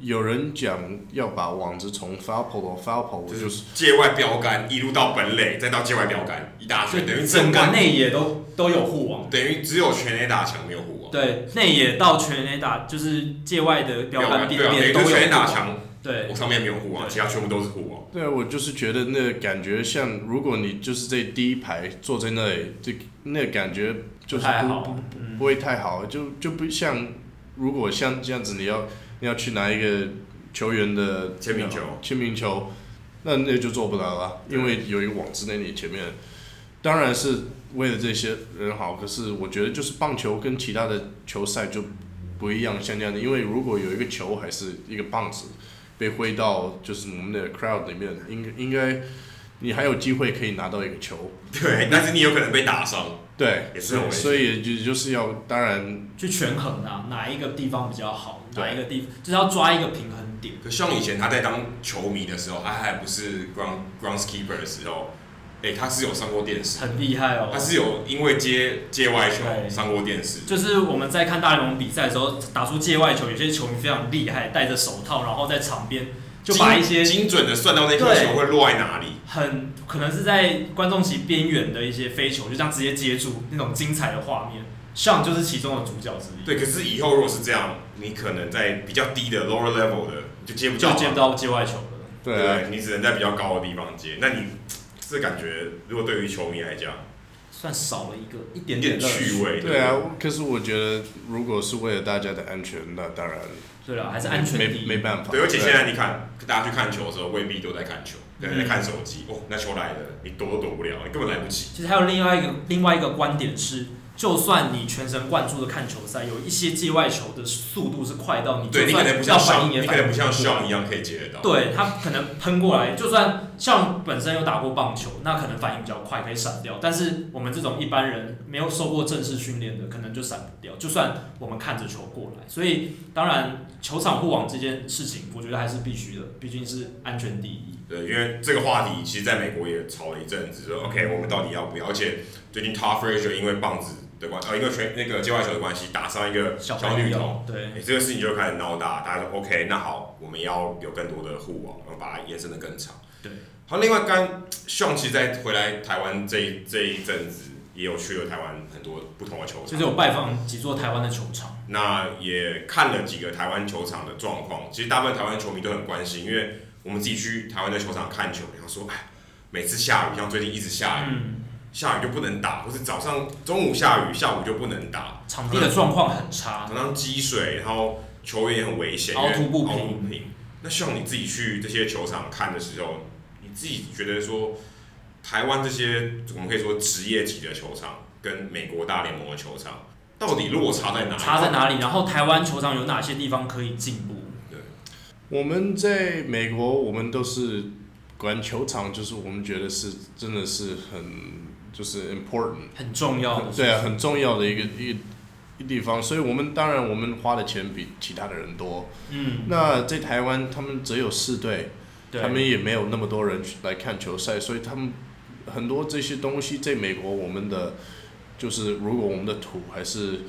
有人讲要把网子从 foul pole 到 foul pole，我就是
界外标杆一路到本垒，再到界外标杆，一大
所
啊圈，等于
以
整
整个
个
内野都都有护网。
等于只有全垒打墙没有护网，
对，内野到全垒打就是界外的标杆
对
边
啊，等
边
于
都
就
有
全垒打
护网
墙，
对
我上面没有护网，
对
其他全部都是护网。
对，啊我就是觉得那感觉像，如果你就是在第一排坐在那里，这那感觉就
不
是
太
不
好，嗯
不，会太好，就就不像如果像这样子，你要你要去拿一个球员的
签名球
签名球，那那就做不到了，
对
因为有一个网子在你前面。当然是为了这些人好，可是我觉得就是棒球跟其他的球赛就不一样，像这样的，因为如果有一个球还是一个棒子被挥到就是我们的 crowd 里面，应该应该你还有机会可以拿到一个球。
对，但是你有可能被打伤，
对，
也是很危险
所以就就是要，当然
去权衡啊，哪一个地方比较好，
对
哪一个地就是要抓一个平衡点。
可像以前他在当球迷的时候，他还不是 ground groundskeeper 的时候，哎、他是有上过电视，
很厉害哦
他！是有因为接界外球
对
上过电视。
就是我们在看大联盟比赛的时候，打出界外球，有些球迷非常厉害，戴着手套，然后在场边就把一些
精精准的算到那颗
对
球会落在哪里，
很可能是在观众席边缘的一些飞球，就这样直接接住那种精彩的画面。上就是其中的主角之一，
对，可是以后如果是这样，你可能在比较低的 lower level 的你就接不到
就
嘛，
接不到界外球了。
对
对啊，
你只能在比较高的地方接。那你这感觉，如果对于球迷来讲，
算少了一个一
有
点
点
乐
趣。味。
对啊。可是我觉得，如果是为了大家的安全，那当然
对了，还是安全
没
第一。
没办法。
对，而且现在你看，大家去看球的时候，未必都在看球，可
嗯
能在看手机。哦，那球来了，你躲都躲不了，你根本来不及。
其实还有另外一个另外一个观点是，就算你全神贯注的看球赛，有一些界外球的速度是快到你
对
就
你可能不
算
像
要反
像，
应也
你可能
反
不
应
像
不过来
像一样可以接得到。
对他可能喷过来，就算像本身有打过棒球，那可能反应比较快，可以闪掉。但是我们这种一般人没有受过正式训练的，可能就闪不掉。就算我们看着球过来，所以当然球场护网这件事情，我觉得还是必须的，毕竟是安全第一。
对，因为这个话题其实在美国也吵了一阵子，
嗯
说 OK，我们到底要不要？而且最近 Todd Frazier 因为棒子的关，呃，因为拳那个界外球的关系，打伤一个
小
小女童。
对，
你这个事情就开始闹大，大家说 OK，那好，我们要有更多的互网，然后把它延伸的更长。
对。
好，另外刚上期在回来台湾这一这一阵子，也有去了台湾很多不同的球
就是有
场，
拜访几座台湾的球场。
那也看了几个台湾球场的状况。其实大部分台湾球迷都很关心，因为我们自己去台湾的球场看球，然后说，哎，每次下雨，像最近一直下雨，
嗯，
下雨就不能打，或是早上中午下雨，下午就不能打，
场地的状况很差。
常常积水，然后球员也很危险，
凹凸不平
因为凹凸不平。那像你自己去这些球场看的时候，你自己觉得说，台湾这些我们可以说职业级的球场跟美国大联盟的球场，到底落差在哪里？
差在？哪里？然后台湾球场有哪些地方可以进步？
我们在美国，我们都是管球场，就是我们觉得是真的是很就是 important，
很重要的。
对啊，很重要的一个一个一个地方。所以我们当然我们花的钱比其他的人多。
嗯，
那在台湾，他们只有四队，
对，
他们也没有那么多人去来看球赛，所以他们很多这些东西在美国，我们的就是如果我们的土还是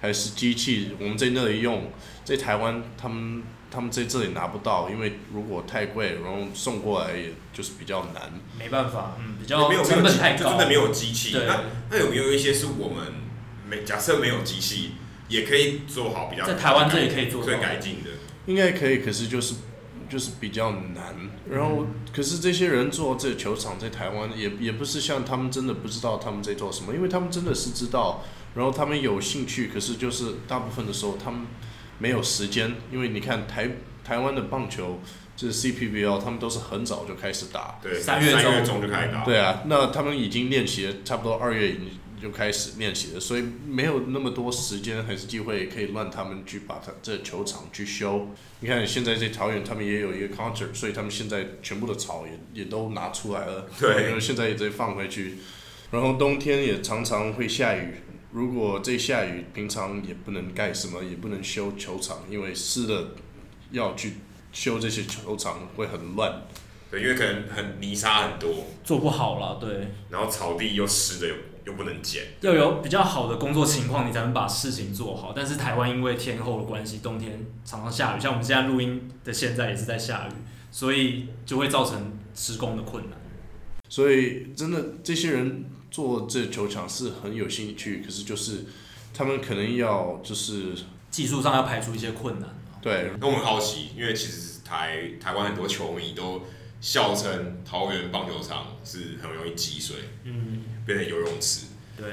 还是机器，我们在那里用，在台湾他们他们在这里拿不到，因为如果太贵，然后送过来也就是比较难。
没办法，嗯，比较
没有没
成
有
本
机，
太
就
高，
真的没有机器。
对
那那有没有一些是我们没假设没有机器，也可以做好比较
在台湾这里可以做到
最改进的？
应该可以，可是就是就是比较难。然后，可是这些人做这球场在台湾也也不是像他们真的不知道他们在做什么，因为他们真的是知道，然后他们有兴趣，可是就是大部分的时候他们没有时间，因为你看台台湾的棒球就是 CPBL，他们都是很早就开始打，
对，
三月中
三月中就开始打。
对啊，那他们已经练习了，差不多二月已经就开始练习了，所以没有那么多时间还是机会可以让他们去把他这球场去修。你看现在在桃园，他们也有一个 concert，所以他们现在全部的草也也都拿出来了，
对
然后现在也在放回去。然后冬天也常常会下雨，如果这下雨，平常也不能盖什么，也不能修球场，因为湿的要去修这些球场会很乱。
对，因为可能很泥沙很多，
做不好了，对，
然后草地又湿的又又不能剪。
要有比较好的工作情况，你才能把事情做好。但是台湾因为天候的关系，冬天常常下雨，像我们现在录音的现在也是在下雨，所以就会造成施工的困难。
所以真的这些人做这球场是很有兴趣，可是就是他们可能要就是
技术上要排除一些困难，
对
那我很好奇，因为其实台台湾很多球迷都笑称桃园棒球场是很容易积水，
嗯，
变成游泳池。
对，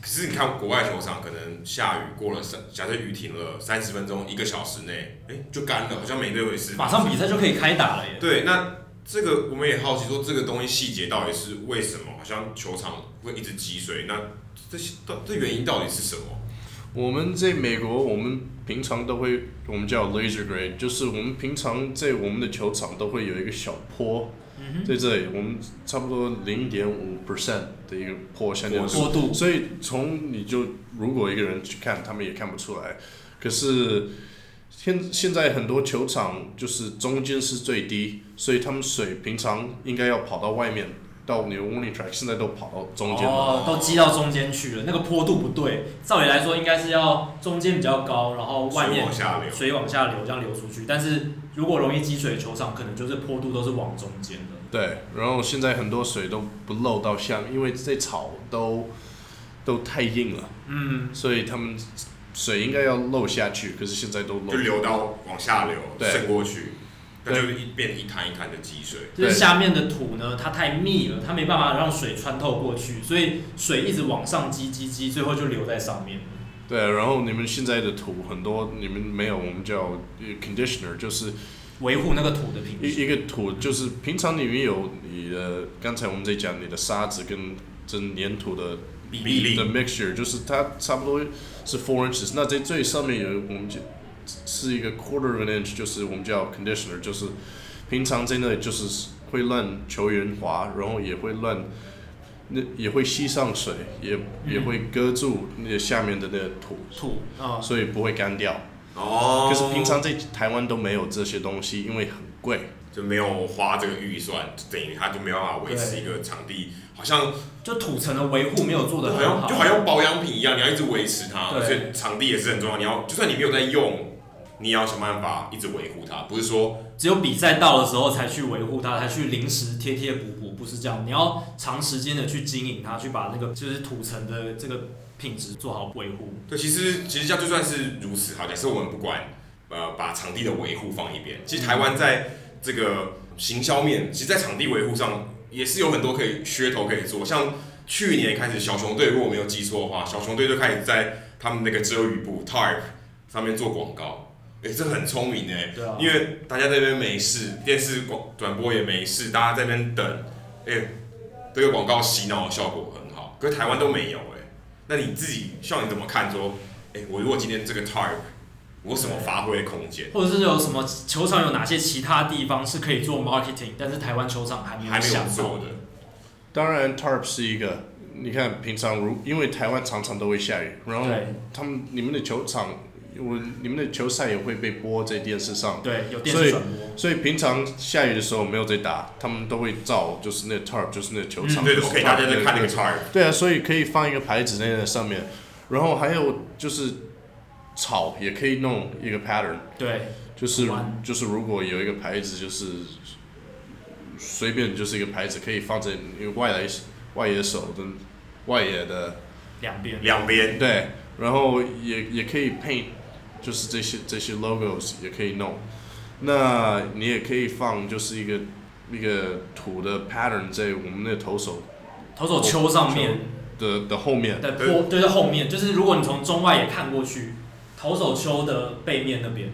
可是你看国外球场，可能下雨过了三，假设雨停了三十分钟，一个小时内，哎、就干了，好像没队回事。
马上比赛就可以开打了耶。
对，那这个我们也好奇说，这个东西细节到底是为什么？好像球场会一直积水，那这些到这原因到底是什么？
我们在美国，我们平常都会我们叫 laser grade，就是我们平常在我们的球场都会有一个小坡，在这里我们差不多零点五 percent 的一个坡相当于
坡度
所以从你就如果一个人去看，他们也看不出来。可是现现在很多球场就是中间是最低，所以他们水平常应该要跑到外面，到你的 warning track，现在都跑到中间了。
哦，都积到中间去了，那个坡度不对，照理来说应该是要中间比较高，然后外
水
面
往下流，
水往下流，这样流出去。但是如果容易积水的球场，可能就是坡度都是往中间的。
对，然后现在很多水都不漏到下面，因为这草都都太硬了，
嗯，
所以他们水应该要漏下去，可是现在都漏
就流到往下流，
对
渗过去，那
对
就一变一滩一滩的积水。
就是
对
下面的土呢，它太密了，它没办法让水穿透过去，所以水一直往上积积积，最后就留在上面。
对，然后你们现在的土很多，你们没有，我们叫呃 conditioner，就是
维护那个土的平
一
衡。
一个土，就是平常里面有你的，刚才我们在讲你的沙子跟跟粘土的
比例
的 mixture，就是它差不多是 four inches，那在最上面有我们就是一个 quarter of an inch，就是我们叫 conditioner，就是平常在那里就是会乱球员滑，然后也会乱。那也会吸上水，
嗯
也也会搁住那下面的那个土，
土啊，
所以不会干掉。
哦
可是平常在台湾都没有这些东西，因为很贵。
就没有花这个预算，就等于他就没有办法维持一个场地，好像
就土层的维护没有做
就
得
好
很
像
好，
就好像保养品一样，你要一直维持它，
对
而且场地也是很重要，你要就算你没有在用，你也要想办法一直维护它，不是说
只有比赛到的时候才去维护它，才去临时贴贴补补，不是这样。你要长时间的去经营它，去把那个就是土层的这个品质做好维护。
对，其实其实这样就算是如此，好，假设我们不管呃把场地的维护放一边，其实台湾在这个行销面，其实，在场地维护上也是有很多可以噱头可以做，像去年开始小熊队，如果我没有记错的话，小熊队就开始在他们那个遮雨布 tarp 上面做广告，哎、这很聪明哎、
对啊，
因为大家在那边没事，电视广转播也没事，大家在那边等，哎、这个广告洗脑的效果很好，可是台湾都没有哎、那你自己像你怎么看说，哎、我如果今天这个 tarp，我有什么发挥空间？
或者是有什么球场有哪些其他地方是可以做 marketing，但是台湾球场还没
还
有
没
嗯想
有
到
做
的。
的，
当然，tarp 是一个，你看平常如因为台湾常常都会下雨，然后
对
他们你们的球场，我你们的球赛也会被播在电视上，
对，有电
所
视
以
转播。
所以平常下雨的时候没有在打，他们都会照就是那 tarp 就是那球场，
嗯对
就是
OK，
tarp，
大家在看那
对
个 tarp，
对啊，所以可以放一个牌子在那上面，然后还有就是草也可以弄一个 pattern，
对，
就是
玩
就是如果有一个牌子，就是随便就是一个牌子可以放在你外来外野手的外野的
两边。
两边
对，然后也也可以 paint，就是这些这些 logos 也可以弄。那你也可以放就是一个一个土的 pattern 在我们的投手
投手丘上面
的的后面，
的坡，哦对，在后面，就是如果你从中外也看过去，投手丘的背面那边。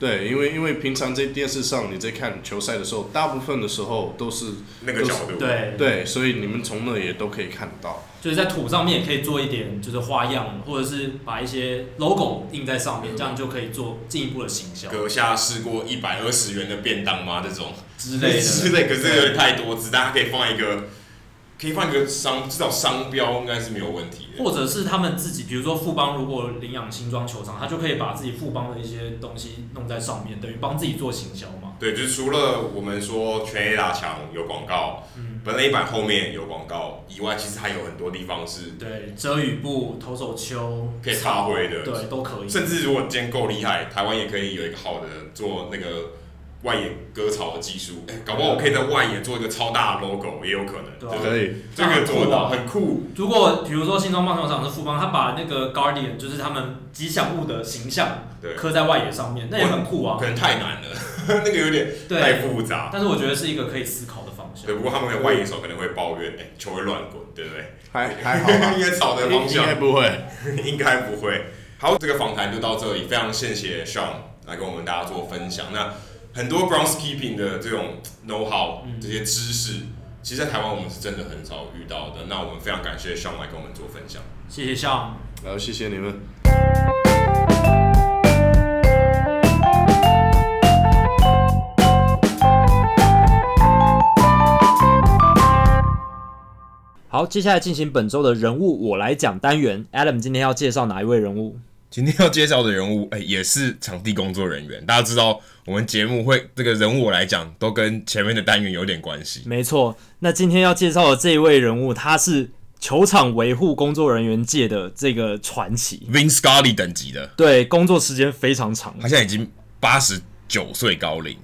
对，因为因为平常在电视上你在看球赛的时候，大部分的时候都是
那个角度，
对，
对，所以你们从那也都可以看得到。
就是在土上面也可以做一点，就是花样，或者是把一些 logo 印在上面，这样就可以做进一步的行销
阁下试过一百二十元的便当吗？这种
之类
之
的。
类，可是有点太多只，大家可以放一个，可以放一个商，至少商标应该是没有问题的。
或者是他们自己，比如说富邦如果领养新庄球场，他就可以把自己富邦的一些东西弄在上面，等于帮自己做行销嘛。
对，就是除了我们说全 A 打墙有广告，
嗯，
本垒板后面有广告以外，其实还有很多地方是
对，遮雨布、投手丘
可以发挥的。
对，都可以。
甚至如果你今天够厉害，台湾也可以有一个好的做那个外野割草的技术。哎、搞不好我可以在外野做一个超大的 logo，也有可能。
对啊
不
可以，
这个做得到很酷，
如果比如说新庄棒球场是富邦，他把那个 Guardian 就是他们吉祥物的形象
对，
刻在外野上面，那也很酷啊
可。能太难了， 那个有点太
对，
复杂。
但是我觉得是一个可以思考的方向
对，。不过他们的外野手可能会抱怨，哎、球会乱滚，对不对？
还还好 吧，
应该草的
应
方
应
向
该不会。
应该不会。好，这个访谈就到这里，非常谢谢 Sean 来跟我们大家做分享。那很多 groundskeeping 的这种 know how
嗯
这些知识，其实在台湾我们是真的很少遇到的。那我们非常感谢 Sean 来跟我们做分享。
谢谢项目。
然后谢谢你们。
好，接下来进行本周的人物我来讲单元。Adam 今天要介绍哪一位人物？
今天要介绍的人物，哎、也是场地工作人员。大家知道，我们节目会这个人物我来讲，都跟前面的单元有点关系。
没错，那今天要介绍的这一位人物，他是球场维护工作人员界的这个传奇，
Vin Scully 等级的，
对，工作时间非常长
他，现在已经八十九岁高龄，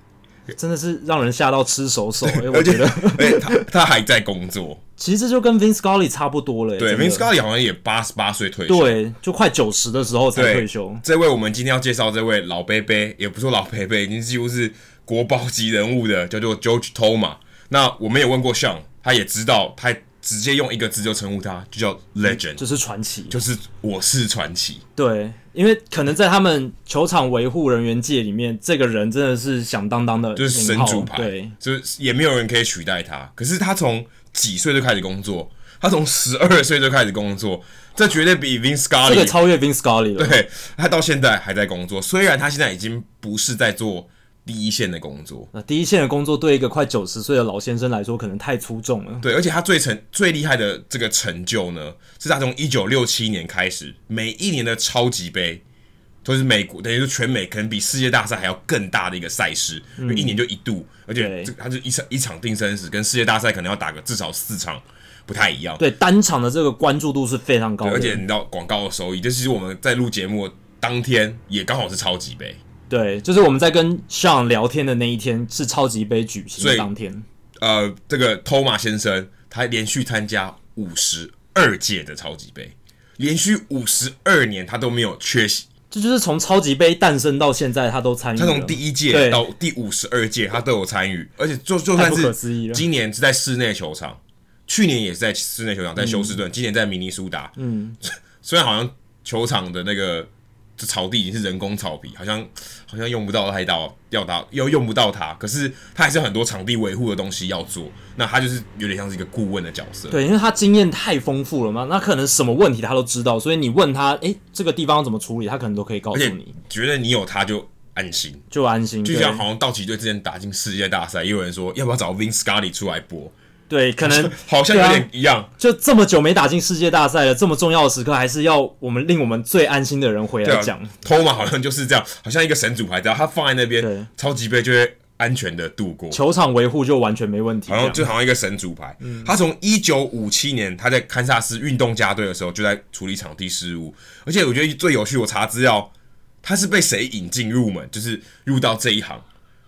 真的是让人吓到吃手手。 哎、我觉得
而且他他还在工作。
其实这就跟 Vince Scully 差不多了、哎
对
真的
，Vin Scully 好像也八十八岁退休。
对，就快九十的时候才
对
退休。
这位我们今天要介绍这位老贝贝，也不说老贝贝，已经几乎是国宝级人物的，叫做 George Toma。那我们也问过 Sean，他也知道，他直接用一个字就称呼他，就叫 Legend，、
就是传奇，
就是我是传奇。
对，因为可能在他们球场维护人员界里面，这个人真的是响当当的名号，
就是神主牌，
对，，
就是也没有人可以取代他。可是他从几岁就开始工作，他从十二岁就开始工作，这绝对比 Vin
这个
Scully
超越 Vince Scully 了。
对他到现在还在工作，虽然他现在已经不是在做第一线的工作，
那第一线的工作对一个快九十岁的老先生来说，可能太出众了。
对，而且他最成最厉害的这个成就呢，是他从一九六七年开始，每一年的超级杯都是美国，等于是全美可能比世界大赛还要更大的一个赛事，因为一年就一度，而且
对
这他就一场一场定生死，跟世界大赛可能要打个至少四场，不太一样。
对，单场的这个关注度是非常高
对，
的，
而且你知道广告的收益，就是我们在录节目当天也刚好是超级杯，
对，就是我们在跟 Sean 聊天的那一天是超级杯举行
所以
的当天，
呃，这个托马先生他连续参加五十二届的超级杯，连续五十二年他都没有缺席。
这就是从超级杯诞生到现在，他都参与
他
了。
从第一
嗯
届
对
到第五十二届，他都有参与，而且就就
太
算
不可思议
是
了
今年是在室内球场，去年也是在室内球场，在
嗯
休斯顿，今年在明尼苏达。嗯， 虽然好像球场的那个这草地已经是人工草皮，好像好像用不到太到要打又用不到它，可是他还是有很多场地维护的东西要做。那他就是有点像是一个顾问的角色。
对，因为他经验太丰富了嘛，那可能什么问题他都知道，所以你问他，诶，这个地方要怎么处理，他可能都可以告
而
诉
且
你，
觉得你有他就安心。
就安心。
就像
对
好像道奇队之前打进世界大赛，也有人说要不要找 Vin Scully 出来播，
对，可 能
嗯好像有
对啊
点一样。
就这么久没打进世界大赛了，这么重要的时刻，还是要我们令我们最安心的人回
对
来
啊
讲。
托马好像就是这样，好像一个神主牌，只要他放在那
对
边，超级杯就会安全的度过，
球场维护就完全没问题。
好像
这样
就好像一个神主牌。
嗯
他从一九五七年他在堪萨斯运动家队的时候就在处理场地事务，而且我觉得最有趣，我查资料，他是被谁引进入门，就是入到这一行。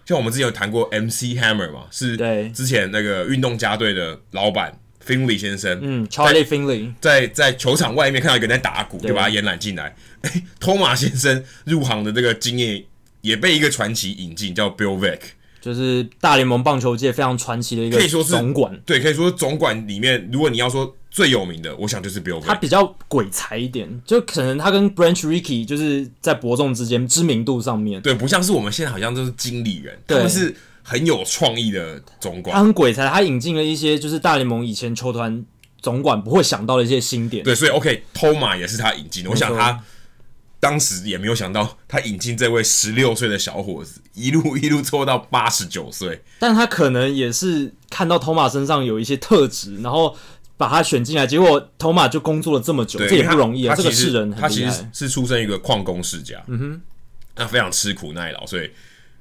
像我们之前有谈过 MC Hammer 嘛，是
对
之前那个运动家队的老板 Finley 先生，
嗯，Charlie Finley
在在球场外面看到一个人在打鼓，
对
就把他延揽进来。 哎、托马先生入行的这个经验也被一个传奇引进，叫 Bill Veck，
就是大联盟棒球界非常传奇的一个
可以说是
总管，
对，可以说总管里面，如果你要说最有名的，我想就是 Bill
他
Veck。
比较鬼才一点，就可能他跟 Branch Rickey 就是在伯仲之间，知名度上面，
对，不像是我们现在好像都是经理人，他
对啊
们是很有创意的总
他
管。
很鬼才，他引进了一些就是大联盟以前球团总管不会想到的一些新点。
对，所以 OK，托马也是他引进的。我想
错
他当时也没有想到，他引进这位十六岁的小伙子，一路一路做到八十九岁。
但他可能也是看到托马身上有一些特质，然后把他选进来，结果托马就工作了这么久，
对，
这
因
也
为
不
他
容易啊，
他
这个
其实
世人
他
很厉
其实
害。
是出生一个矿工世家，嗯哼，那非常吃苦耐劳，所以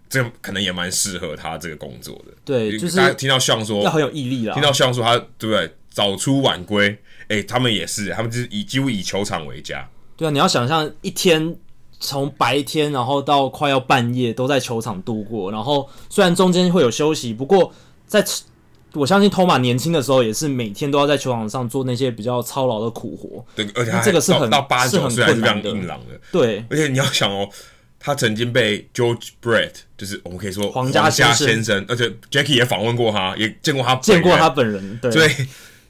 这可能也蛮适合他这个工作的。
对
因为
就是
大家听到像说
要，很有毅力啦
听。到像说他对不对？早出晚归，哎、他们也是，他们就是以几乎以球场为家，
对啊，你要想象一天从白天，然后到快要半夜都在球场度过，然后虽然中间会有休息，不过在我相信托马年轻的时候也是每天都要在球场上做那些比较操劳的苦活。
对，而且他
那这个是
还到
很
到八十
是
九
很
岁还是非常
困难的
硬朗的，
对，
而且你要想哦，他曾经被 George Brett，就是我们可以说
皇家先生
先生，而且 Jackie 也访问过他，也见过他本
见过
人
他本人，对，
所以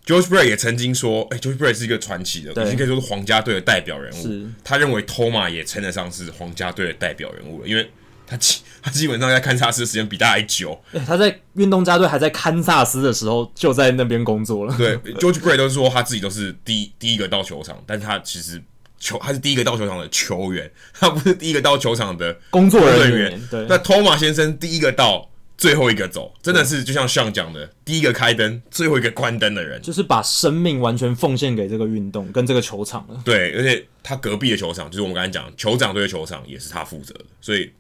George Brett 也曾经说，哎、g e o r g e Brett 是一个传奇的，
对
已经可以说是皇家队的代表人
是
物。他认为 Toma 也称得上是皇家队的代表人物了，因为他基 他基本上在堪萨斯的时间比他还 久。
欸他在运动家队还在堪萨斯的时候就在那边工作了。
对，George Brett 都说他自己都是第一第一个到球场，但他其实球他是第一个到球场的 球员，他不是第一个到球场的
工作人
人
员对
那 Toma 先生第一个到。最后一个走，真的是就像上讲的，第一个开灯，最后一个关灯的人。
就是把生命完全奉献给这个运动跟这个球场了，
对，而且他隔壁的球场，就是我们刚才讲，酋长队的球场也是他负责的，所以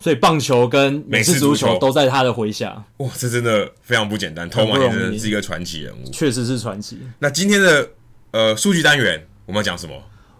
所以棒球跟美式足
美式足
球
球
都在他的麾下，
哇，这真的非常不简单，托马
不
尼
容易
真的是一个传奇人物。
确实是传奇。
那今天的呃数据单元，我们要讲什么？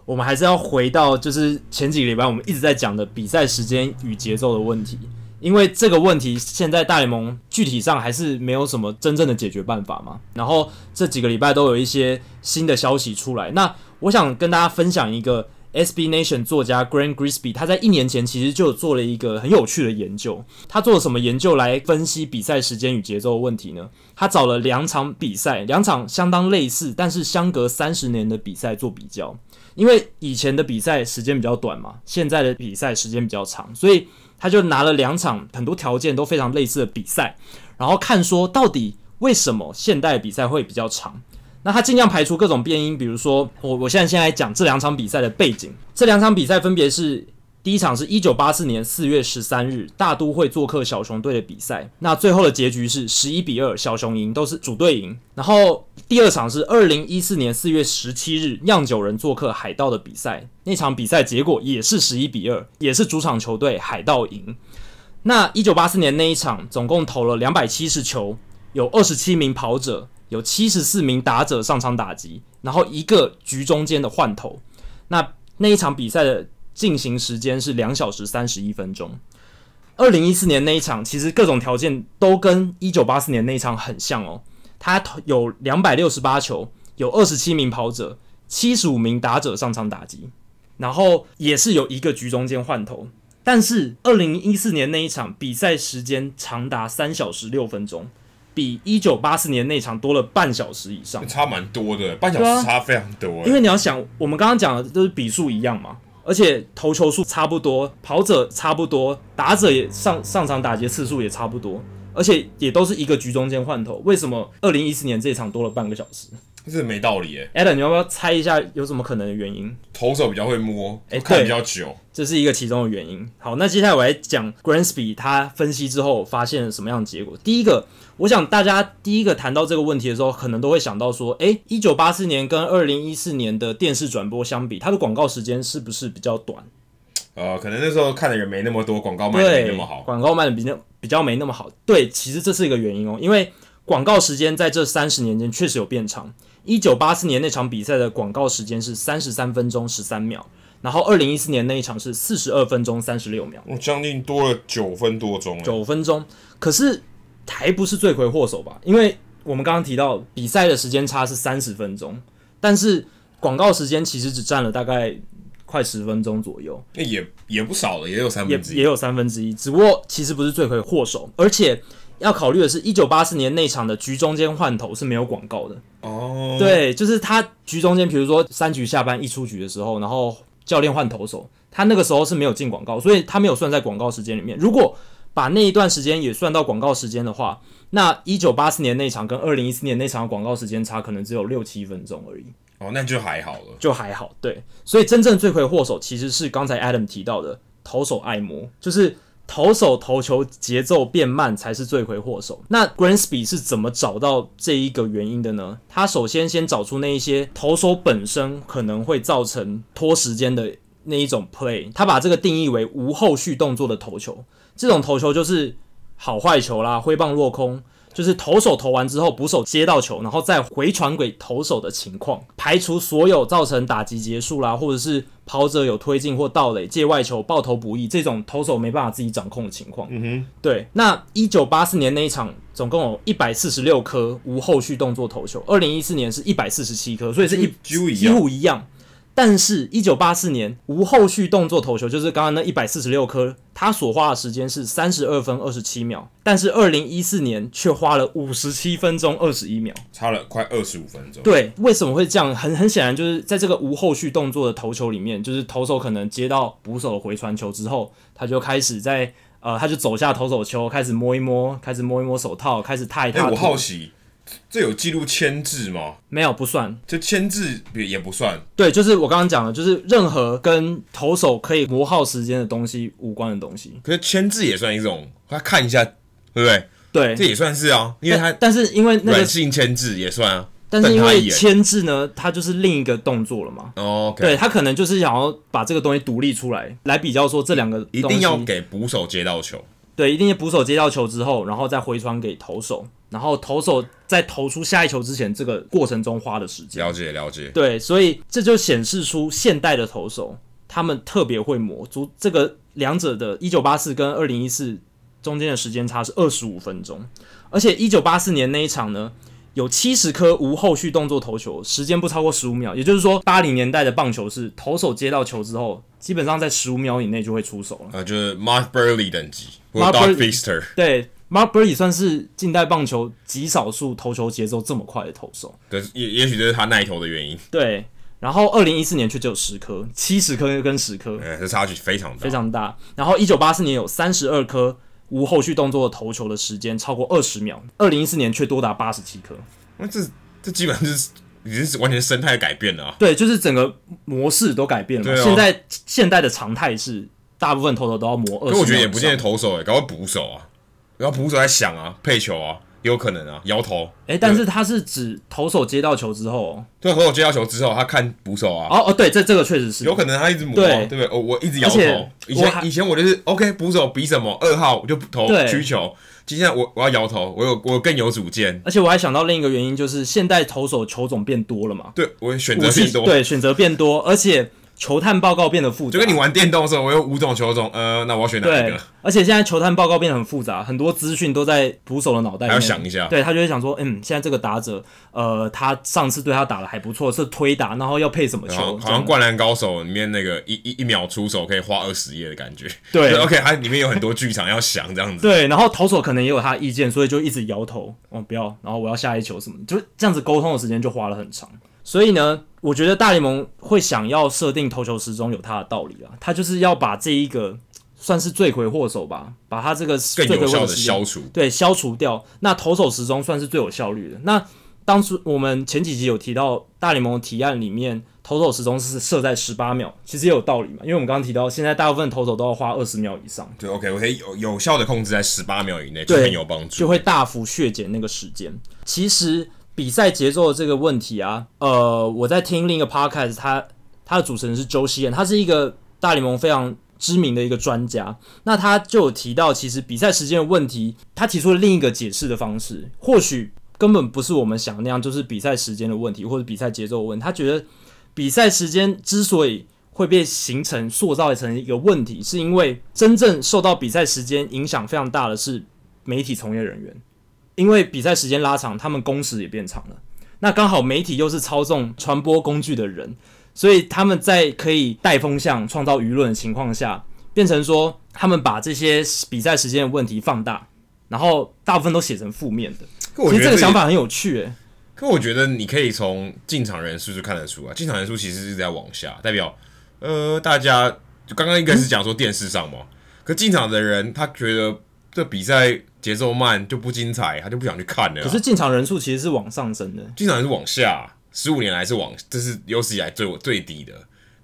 我们还是要回到就是前几个礼拜我们一直在讲的比赛时间与节奏的问题，因为这个问题现在大联盟具体上还是没有什么真正的解决办法嘛。然后这几个礼拜都有一些新的消息出来，那我想跟大家分享一个 SB Nation 作家 Grant Grisby，他在一年前其实就有做了一个很有趣的研究。他做了什么研究来分析比赛时间与节奏的问题呢？他找了两场比赛，两场相当类似但是相隔三十年的比赛做比较。因为以前的比赛时间比较短嘛，现在的比赛时间比较长，所以他就拿了两场很多条件都非常类似的比赛，然后看说到底为什么现代比赛会比较长。那他尽量排除各种变因，比如说我我现在先来讲这两场比赛的背景，这两场比赛分别是第一场是一九八四年四月十三日大都会做客小熊队的比赛，那最后的结局是十一比二，小熊赢，都是主队赢。然后第二场是二零一四年四月十七日酿酒人做客海盗的比赛，那场比赛结果也是十一比二，也是主场球队海盗赢。那一九八四年那一场，总共投了两百七十球，有二十七名跑者，有七十四名打者上场打击，然后一个局中间的换投。那那一场比赛的进行时间是两小时三十一分钟。二零一四年那一场，其实各种条件都跟一九八四年那一场很像哦。他有两百六十八球，有二十七名跑者，七十五名打者上场打击，然后也是有一个局中间换投。但是二零一四年那一场比赛时间长达三小时六分钟，比一九八四年那场多了半小时以上。
差蛮多的，半小
对啊
时差非常多。欸
因为你要想，我们刚刚讲的都是比数一样嘛，而且投球数差不多，跑者差不多，打者也上上场打劫次数也差不多，而且也都是一个局中间换投。为什么二零一四年这一场多了半个小时
这没道理诶，
？Adam，你要不要猜一下有什么可能的原因？
投手比较会摸，
哎
看
对
比较久。
这是一个其中的原因。好，那接下来我来讲 Gransby 他分析之后发现了什么样的结果。第一个，我想大家第一个谈到这个问题的时候，可能都会想到说，诶，一九八四年跟二零一四年的电视转播相比，它的广告时间是不是比较短？
呃，可能那时候看的人没那么多，广告卖的
对，
没那么好。
广告卖的比较比较没那么好。对，其实这是一个原因哦，因为广告时间在这三十年间确实有变长。一九八四年那场比赛的广告时间是三十三分钟十三秒，然后二零一四年那一场是四十二分钟三十六秒，
我将近多了九分多钟欸诶，
九分钟。可是还不是罪魁祸首吧？因为我们刚刚提到比赛的时间差是三十分钟，但是广告时间其实只占了大概快十分钟左右。
那也也不少了，也有三
也
分之
也
一。
有三分之一，只不过其实不是罪魁祸首，而且要考虑的是，一九八四年那场的局中间换头是没有广告的，
哦，
对，就是他局中间，比如说三局下半一出局的时候，然后教练换投手，他那个时候是没有进广告，所以他没有算在广告时间里面。如果把那一段时间也算到广告时间的话，那一九八四年那场跟二零一四年那场的广告时间差可能只有六七分钟而已。
哦，那就还好了。
就还好。对，所以真正罪魁祸首其实是刚才 Adam 提到的投手爱摩，就是投手投球节奏变慢才是罪魁祸首。那 Gransby 是怎么找到这一个原因的呢？他首先先找出那一些投手本身可能会造成拖时间的那一种 play，他把这个定义为无后续动作的投球。这种投球就是好坏球啦，挥棒落空，就是投手投完之后，捕手接到球，然后再回传给投手的情况，排除所有造成打击结束啦，或者是跑者有推进或盗垒、界外球、爆头不易这种投手没办法自己掌控的情况。
嗯
对，那一九八四年那一场总共有一百四十六颗无后续动作投球，二零一四年是一百四十七颗，所以是一
几乎一样
几乎一样。但是，一九八四年无后续动作投球，就是刚刚那一百四十六颗，它所花的时间是三十二分二十七秒，但是二零一四年却花了五十七分钟二十一秒。
哼，差了快二十五分钟。
对，为什么会这样？很很显然，就是在这个无后续动作的投球里面，就是投手可能接到捕手的回传球之后，他就开始在呃，他就走下投手球，开始摸一摸，开始摸一摸手套，开始踏一
哎、
踏。
我好奇，这有记录签字吗？
没有不算，
这签字也也不算，
对，就是我刚刚讲的，就是任何跟投手可以磨耗时间的东西无关的东西。
可是签字也算一种，他看一下对不对？
对，
这也算是啊，因为他
哎但但是因为那
软
个，
性牵制也算啊。
但是因
瞪他
为
一眼
牵制呢，它就是另一个动作了嘛。
哦，OK，
对他可能就是想要把这个东西独立出来，来比较说这两个
一
东
定
西
要给捕手接到球。
对，一定是捕手接到球之后，然后再回传给投手，然后投手在投出下一球之前，这个过程中花的时间。
了解了解，
对，所以这就显示出现代的投手他们特别会磨足这个两者的1984跟2014中间的时间差是25分钟，而且1984年那一场呢。有七十颗无后续动作投球，时间不超过十五秒，也就是说，八零年代的棒球是投手接到球之后，基本上在十五秒以内就会出手了。
呃，就是 Mark Burley 等级或
Mark
Doc
Burley-
Fister，
对，Mark Burley 算是近代棒球极少数投球节奏这么快的投手。
对，也也许这是他耐投的原因。
对，然后二零一四年却只有十颗，七十颗跟十颗，
呃，这差距非常大，
非常大。然后一九八四年有三十二颗无后续动作的投球的时间超过二十秒，二零一四年却多达八十七颗。
那这这基本上就是已经是完全生态改变了啊。
对，就是整个模式都改变了嘛。
对啊
现在现代的常态是大部分投手都要磨二十。
可我觉得也不见得。投手哎、欸，搞到捕手啊，然后捕手在想啊，配球啊，也有可能啊，摇头。
哎，但是他是指投手接到球之后
对，投手接到球之后，他看捕手啊，
哦，哦哦，对，这这个确实是
有可能他一直磨、啊，
对
对不对？哦，我一直摇
而
头
且。
以
我还
前以前我就是 OK，捕手比什么二号我就不投
对
曲球，今天我我要摇头，我有我有更有主见，
而且我还想到另一个原因，就是现代投手球种变多了嘛，
对我选择
武器
性多，
对选择变多，而且球探报告变得复杂，
就跟你玩电动的时候，我有五种球种，呃，那我要选哪一
对
个？，
而且现在球探报告变得很复杂，很多资讯都在捕手的脑袋里面，
还要想一下
对他就会想说，嗯，现在这个打者，呃，他上次对他打的还不错，是推打，然后要配什么
好
球？
像
这
好像
样
《灌篮高手》里面那个一一一秒出手可以花二十页的感觉。
对
就，OK，它里面有很多剧场要想这样子。
对，然后投手可能也有他的意见，所以就一直摇头，哦，不要，然后我要下一球什么的，就这样子沟通的时间就花了很长。所以呢，我觉得大联盟会想要设定投球时钟有它的道理啦，啊他就是要把这一个算是罪魁祸首吧，把他这个罪
更
魁
有
祸首
效的
时间
消除。
对消除掉。那投手时钟算是最有效率的。那当初我们前几集有提到大联盟的提案里面，投手时钟是设在十八秒，其实也有道理嘛，因为我们刚刚提到，现在大部分投手都要花二十秒以上。
对，OK，我可以有有效的控制在十八秒以内，就
对
很有帮
就
助。
会大幅削减那个时间。其实比赛节奏的这个问题啊，呃，我在听另一个 podcast，他他的主持人是周希燕，他是一个大联盟非常知名的一个专家。那他就有提到，其实比赛时间的问题，他提出了另一个解释的方式，或许根本不是我们想的那样，就是比赛时间的问题，或者比赛节奏的问题。他觉得比赛时间之所以会被形成塑造成一个问题，是因为真正受到比赛时间影响非常大的是媒体从业人员，因为比赛时间拉长，他们工时也变长了。那刚好媒体又是操纵传播工具的人，所以他们在可以带风向、创造舆论的情况下，变成说他们把这些比赛时间的问题放大，然后大部分都写成负面的。
可我
其
觉
实这
得
个
也
想，法很有趣、
啊
诶。
可我觉得你可以从进场人数就看得出啊，进场人数其实是在往下，代表呃大家就刚刚应该是讲说电视上嘛，可进场的人他觉得这比赛节奏慢就不精彩，他就不想去看了啊、
可是进场人数其实是往上升的。
经常是往下，十五年来是往，这是有史以来最最低的。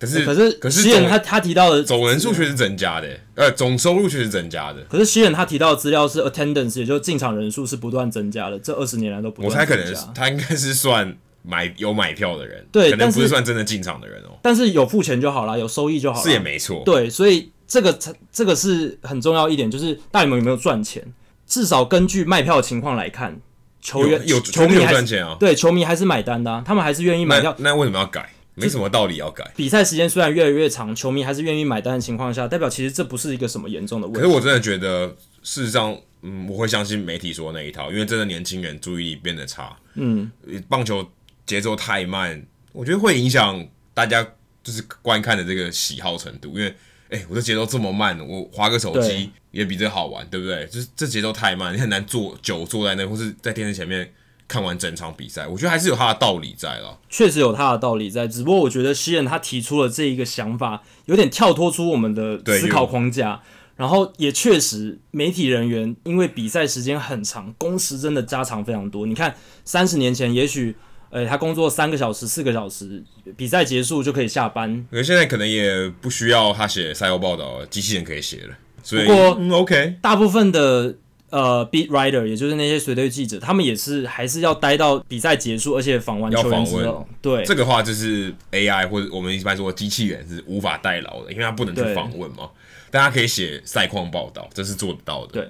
可是
可是
啊可是
徐远他
总
他提到的
总人数却是增加的，呃，总收入却是增加的。
可是徐远他提到的资料是 attendance，也就是进场人数是不断增加的，这二十年来都不
我
断增加。
猜可能是他应该是算买有买票的人，
对
可能
但是
不是算真的进场的人哦、
但是有付钱就好啦，有收益就好啦。
是也没错。
对，所以这个才这个是很重要一点，就是大联盟有没有赚钱？至少根据卖票的情况来看，球
有
员
有
球迷
有
还是
赚钱啊，
对球迷还是买单的啊、他们还是愿意买
那
票。
那为什么要改？没什么道理要改。
比赛时间虽然越来越长，球迷还是愿意买单的情况下，代表其实这不是一个什么严重的问
可
题
是。我真的觉得，事实上，嗯，我会相信媒体说的那一套，因为真的年轻人注意力变得差，
嗯，
棒球节奏太慢，我觉得会影响大家就是观看的这个喜好程度，因为。哎、我的节奏这么慢，我划个手
对
机也比这好玩，对不对？就是这节奏太慢，你很难坐久坐在那，或是在电视前面看完整场比赛。我觉得还是有它的道理在了。
确实有他的道理在，只不过我觉得西人他提出了这一个想法，有点跳脱出我们的
对
思考框架。然后也确实，媒体人员因为比赛时间很长，工时真的加长非常多。你看，三十年前也许，呃，他工作三个小时、四个小时，比赛结束就可以下班。
因为现在可能也不需要他写赛后报道了，机器人可以写了，所以
不过
嗯、OK，
大部分的呃 beat writer，也就是那些随队记者，他们也是还是要待到比赛结束，而且访完
要
球员
访
之
问
后，对，
这个话就是 AI 或者我们一般说机器人是无法代劳的，因为它不能去
对
访问嘛。但它可以写赛况报道，这是做得到的。
对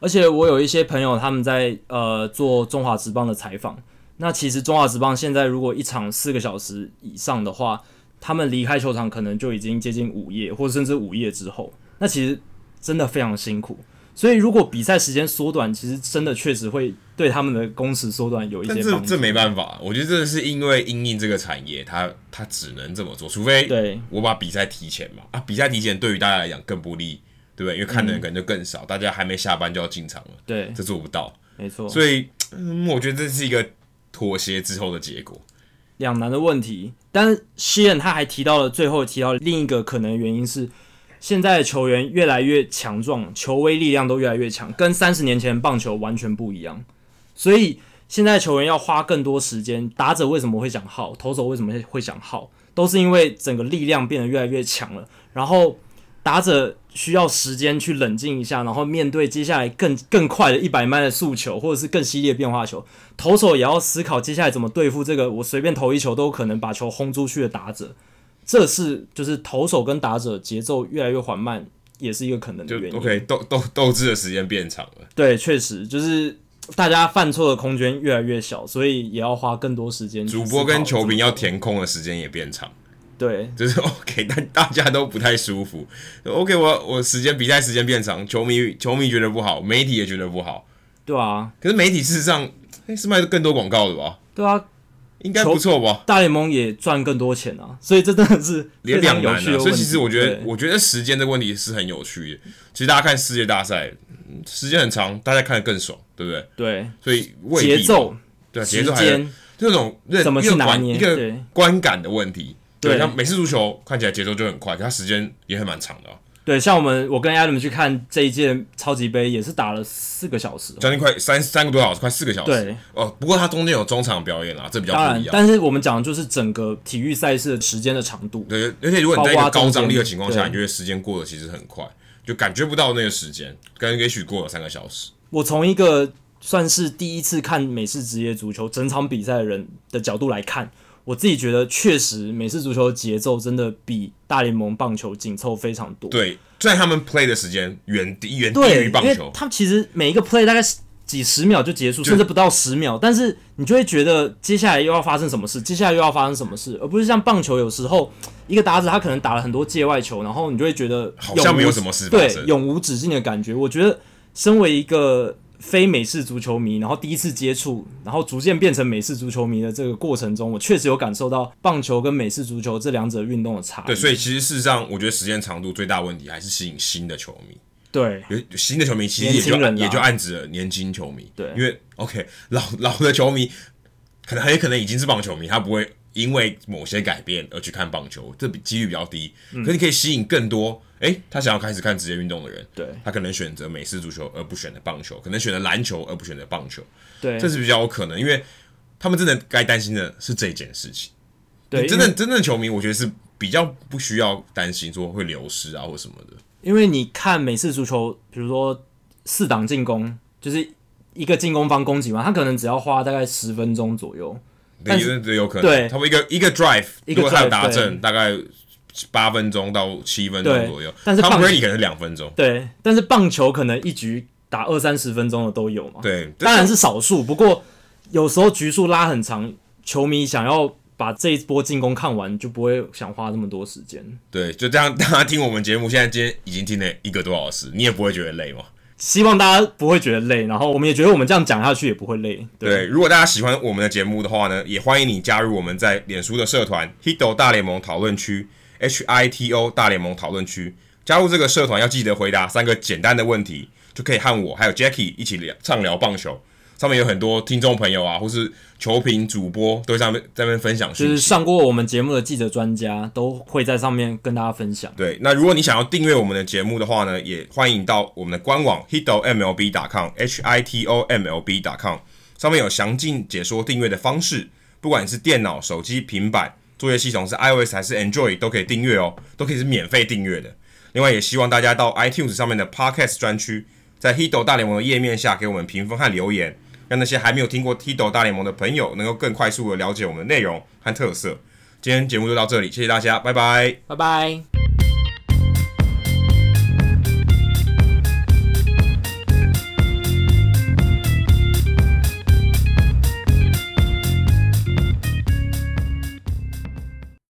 而且我有一些朋友他们在呃做中华职棒的采访，那其实中华职棒现在如果一场四个小时以上的话，他们离开球场可能就已经接近午夜，或者甚至午夜之后，那其实真的非常辛苦。所以如果比赛时间缩短，其实真的确实会对他们的工时缩短有一
但
些
这
帮助。
这没办法，我觉得这是因为因应这个产业，它它只能这么做，除非
对
我把比赛提前嘛啊，比赛提前对于大家来讲更不利，对不对？因为看的人可能就更少，大家还没下班就要进场了，
嗯对，
这做不到，
没错。
所以、嗯、我觉得这是一个妥协之后的结果。
两难的问题。但西恩他还提到了最后提到另一个可能原因是，现在的球员越来越强壮，球威力量都越来越强，跟三十年前棒球完全不一样。所以现在球员要花更多时间，打者为什么会想耗，投手为什么会想耗，都是因为整个力量变得越来越强了，然后打者需要时间去冷静一下，然后面对接下来更更快的一百迈的速球，或者是更犀利的变化球，投手也要思考接下来怎么对付这个我随便投一球都有可能把球轰出去的打者。这是就是投手跟打者节奏越来越缓慢，也是一个可能的
就
原因。
OK，斗斗斗志的时间变长了。
对，确实就是大家犯错的空间越来越小，所以也要花更多时间去思
主
考。
播跟球评要填空的时间也变长，
对
就是 OK，但 大家都不太舒服。OK，我我时间比赛时间变长，球迷球迷觉得不好，媒体也觉得不好。
对啊，
可是媒体事实上诶是卖更多广告的吧？
对啊，
应该不错吧？
大联盟也赚更多钱啊，所以这真的是
连
非
两
常有
难
趣
啊，
的
所
问
以
题。
其实我觉得，
对
我觉得时间这个问题是很有趣的。其实大家看世界大赛，嗯时间很长，大家看得更爽，对不对？
对
所以未必
节奏、
对啊节
时
奏还有
间，
这种认
怎么去
一个观
拿捏
一个
对
观感的问题。对，
对
像美式足球看起来节奏就很快，可它时间也很蛮长的、啊，
对，像我们我跟 Adam 去看这一届超级杯，也是打了四个小时哦、
将近快三三个多小时，快四个小时。
对，
哦，不过它中间有中场表演啦，这比较
当
不
然
一，样。
但是我们讲的就是整个体育赛事的时间的长度。
对，而且如果你在一
包
个
括中
高
间
张力的情况下，
对
你觉得时间过得其实很快，就感觉不到那个时间，跟也许过了三个小时。
我从一个算是第一次看美式职业足球整场比赛的人的角度来看，我自己觉得确实美式足球的节奏真的比大联盟棒球紧凑非常多。
对，虽然他们 play 的时间远低远低
对，
于棒
因为
球，
他们其实每一个 play 大概是几十秒就结束，甚至不到十秒，但是你就会觉得接下来又要发生什么事，接下来又要发生什么事，而不是像棒球有时候一个打者他可能打了很多界外球，然后你就会觉得
好像
永无
没有什么事发
对
生，
永无止境的感觉。我觉得身为一个非美式足球迷，然后第一次接触，然后逐渐变成美式足球迷的这个过程中，我确实有感受到棒球跟美式足球这两者运动的差异。
对，所以其实事实上，我觉得时间长度最大问题还是吸引新的球迷。
对
有新的球迷其实也
年轻
就
人啊
也就暗指了年轻球迷，
对
因为 OK 老老的球迷可能很有可能已经是棒球迷，他不会因为某些改变而去看棒球，这比几率比较低。
嗯
可你可以吸引更多，诶、他想要开始看职业运动的人，
对
他可能选择美式足球而不选择棒球，可能选择篮球而不选择棒球，
对
这是比较有可能，因为他们真的该担心的是这件事情。
对，因
真
为
正真正的球迷，我觉得是比较不需要担心说会流失啊或什么的。
因为你看美式足球，比如说四档进攻，就是一个进攻方攻击嘛，他可能只要花大概十分钟左右。
对，
但
有
是
对有可能，
对
他们一个一个 drive，
一个
如果他有
drive，
达
对
阵，大概八分钟到七分钟
对
左右。
但是
Tom
棒
Brady 可能两分钟，
对，但是棒球可能一局打二三十分钟的都有嘛。，
对，
当然是少数，不过有时候局数拉很长，球迷想要把这一波进攻看完，就不会想花这么多时间。
对，就这样。大 家听我们节目，现在今天已经听了一个多小时，你也不会觉得累嘛？
希望大家不会觉得累，然后我们也觉得我们这样讲下去也不会累。
对，如果大家喜欢我们的节目的话呢，也欢迎你加入我们在脸书的社团 Hito 大联盟讨论区 H I T O 大联盟讨论区。加入这个社团要记得回答三个简单的问题，就可以和我还有 Jackie 一起聊畅聊棒球。上面有很多听众朋友啊，或是球评主播都会上面在那边分享
就
讯
是
息。
上过我们节目的记者专家都会在上面跟大家分享。
对，那如果你想要订阅我们的节目的话呢，也欢迎到我们的官网 hito mlb com h i t o m l b com 上面有详尽解说订阅的方式，不管你是电脑、手机、平板，作业系统是 iOS 还是 Android 都可以订阅哦，都可以是免费订阅的。另外，也希望大家到 iTunes 上面的 Podcast 专区，在 Hido 大联盟的页面下给我们评分和留言，让那些还没有听过 Hido 大联盟的朋友能够更快速的了解我们的内容和特色。今天节目就到这里，谢谢大家，拜拜。
拜拜。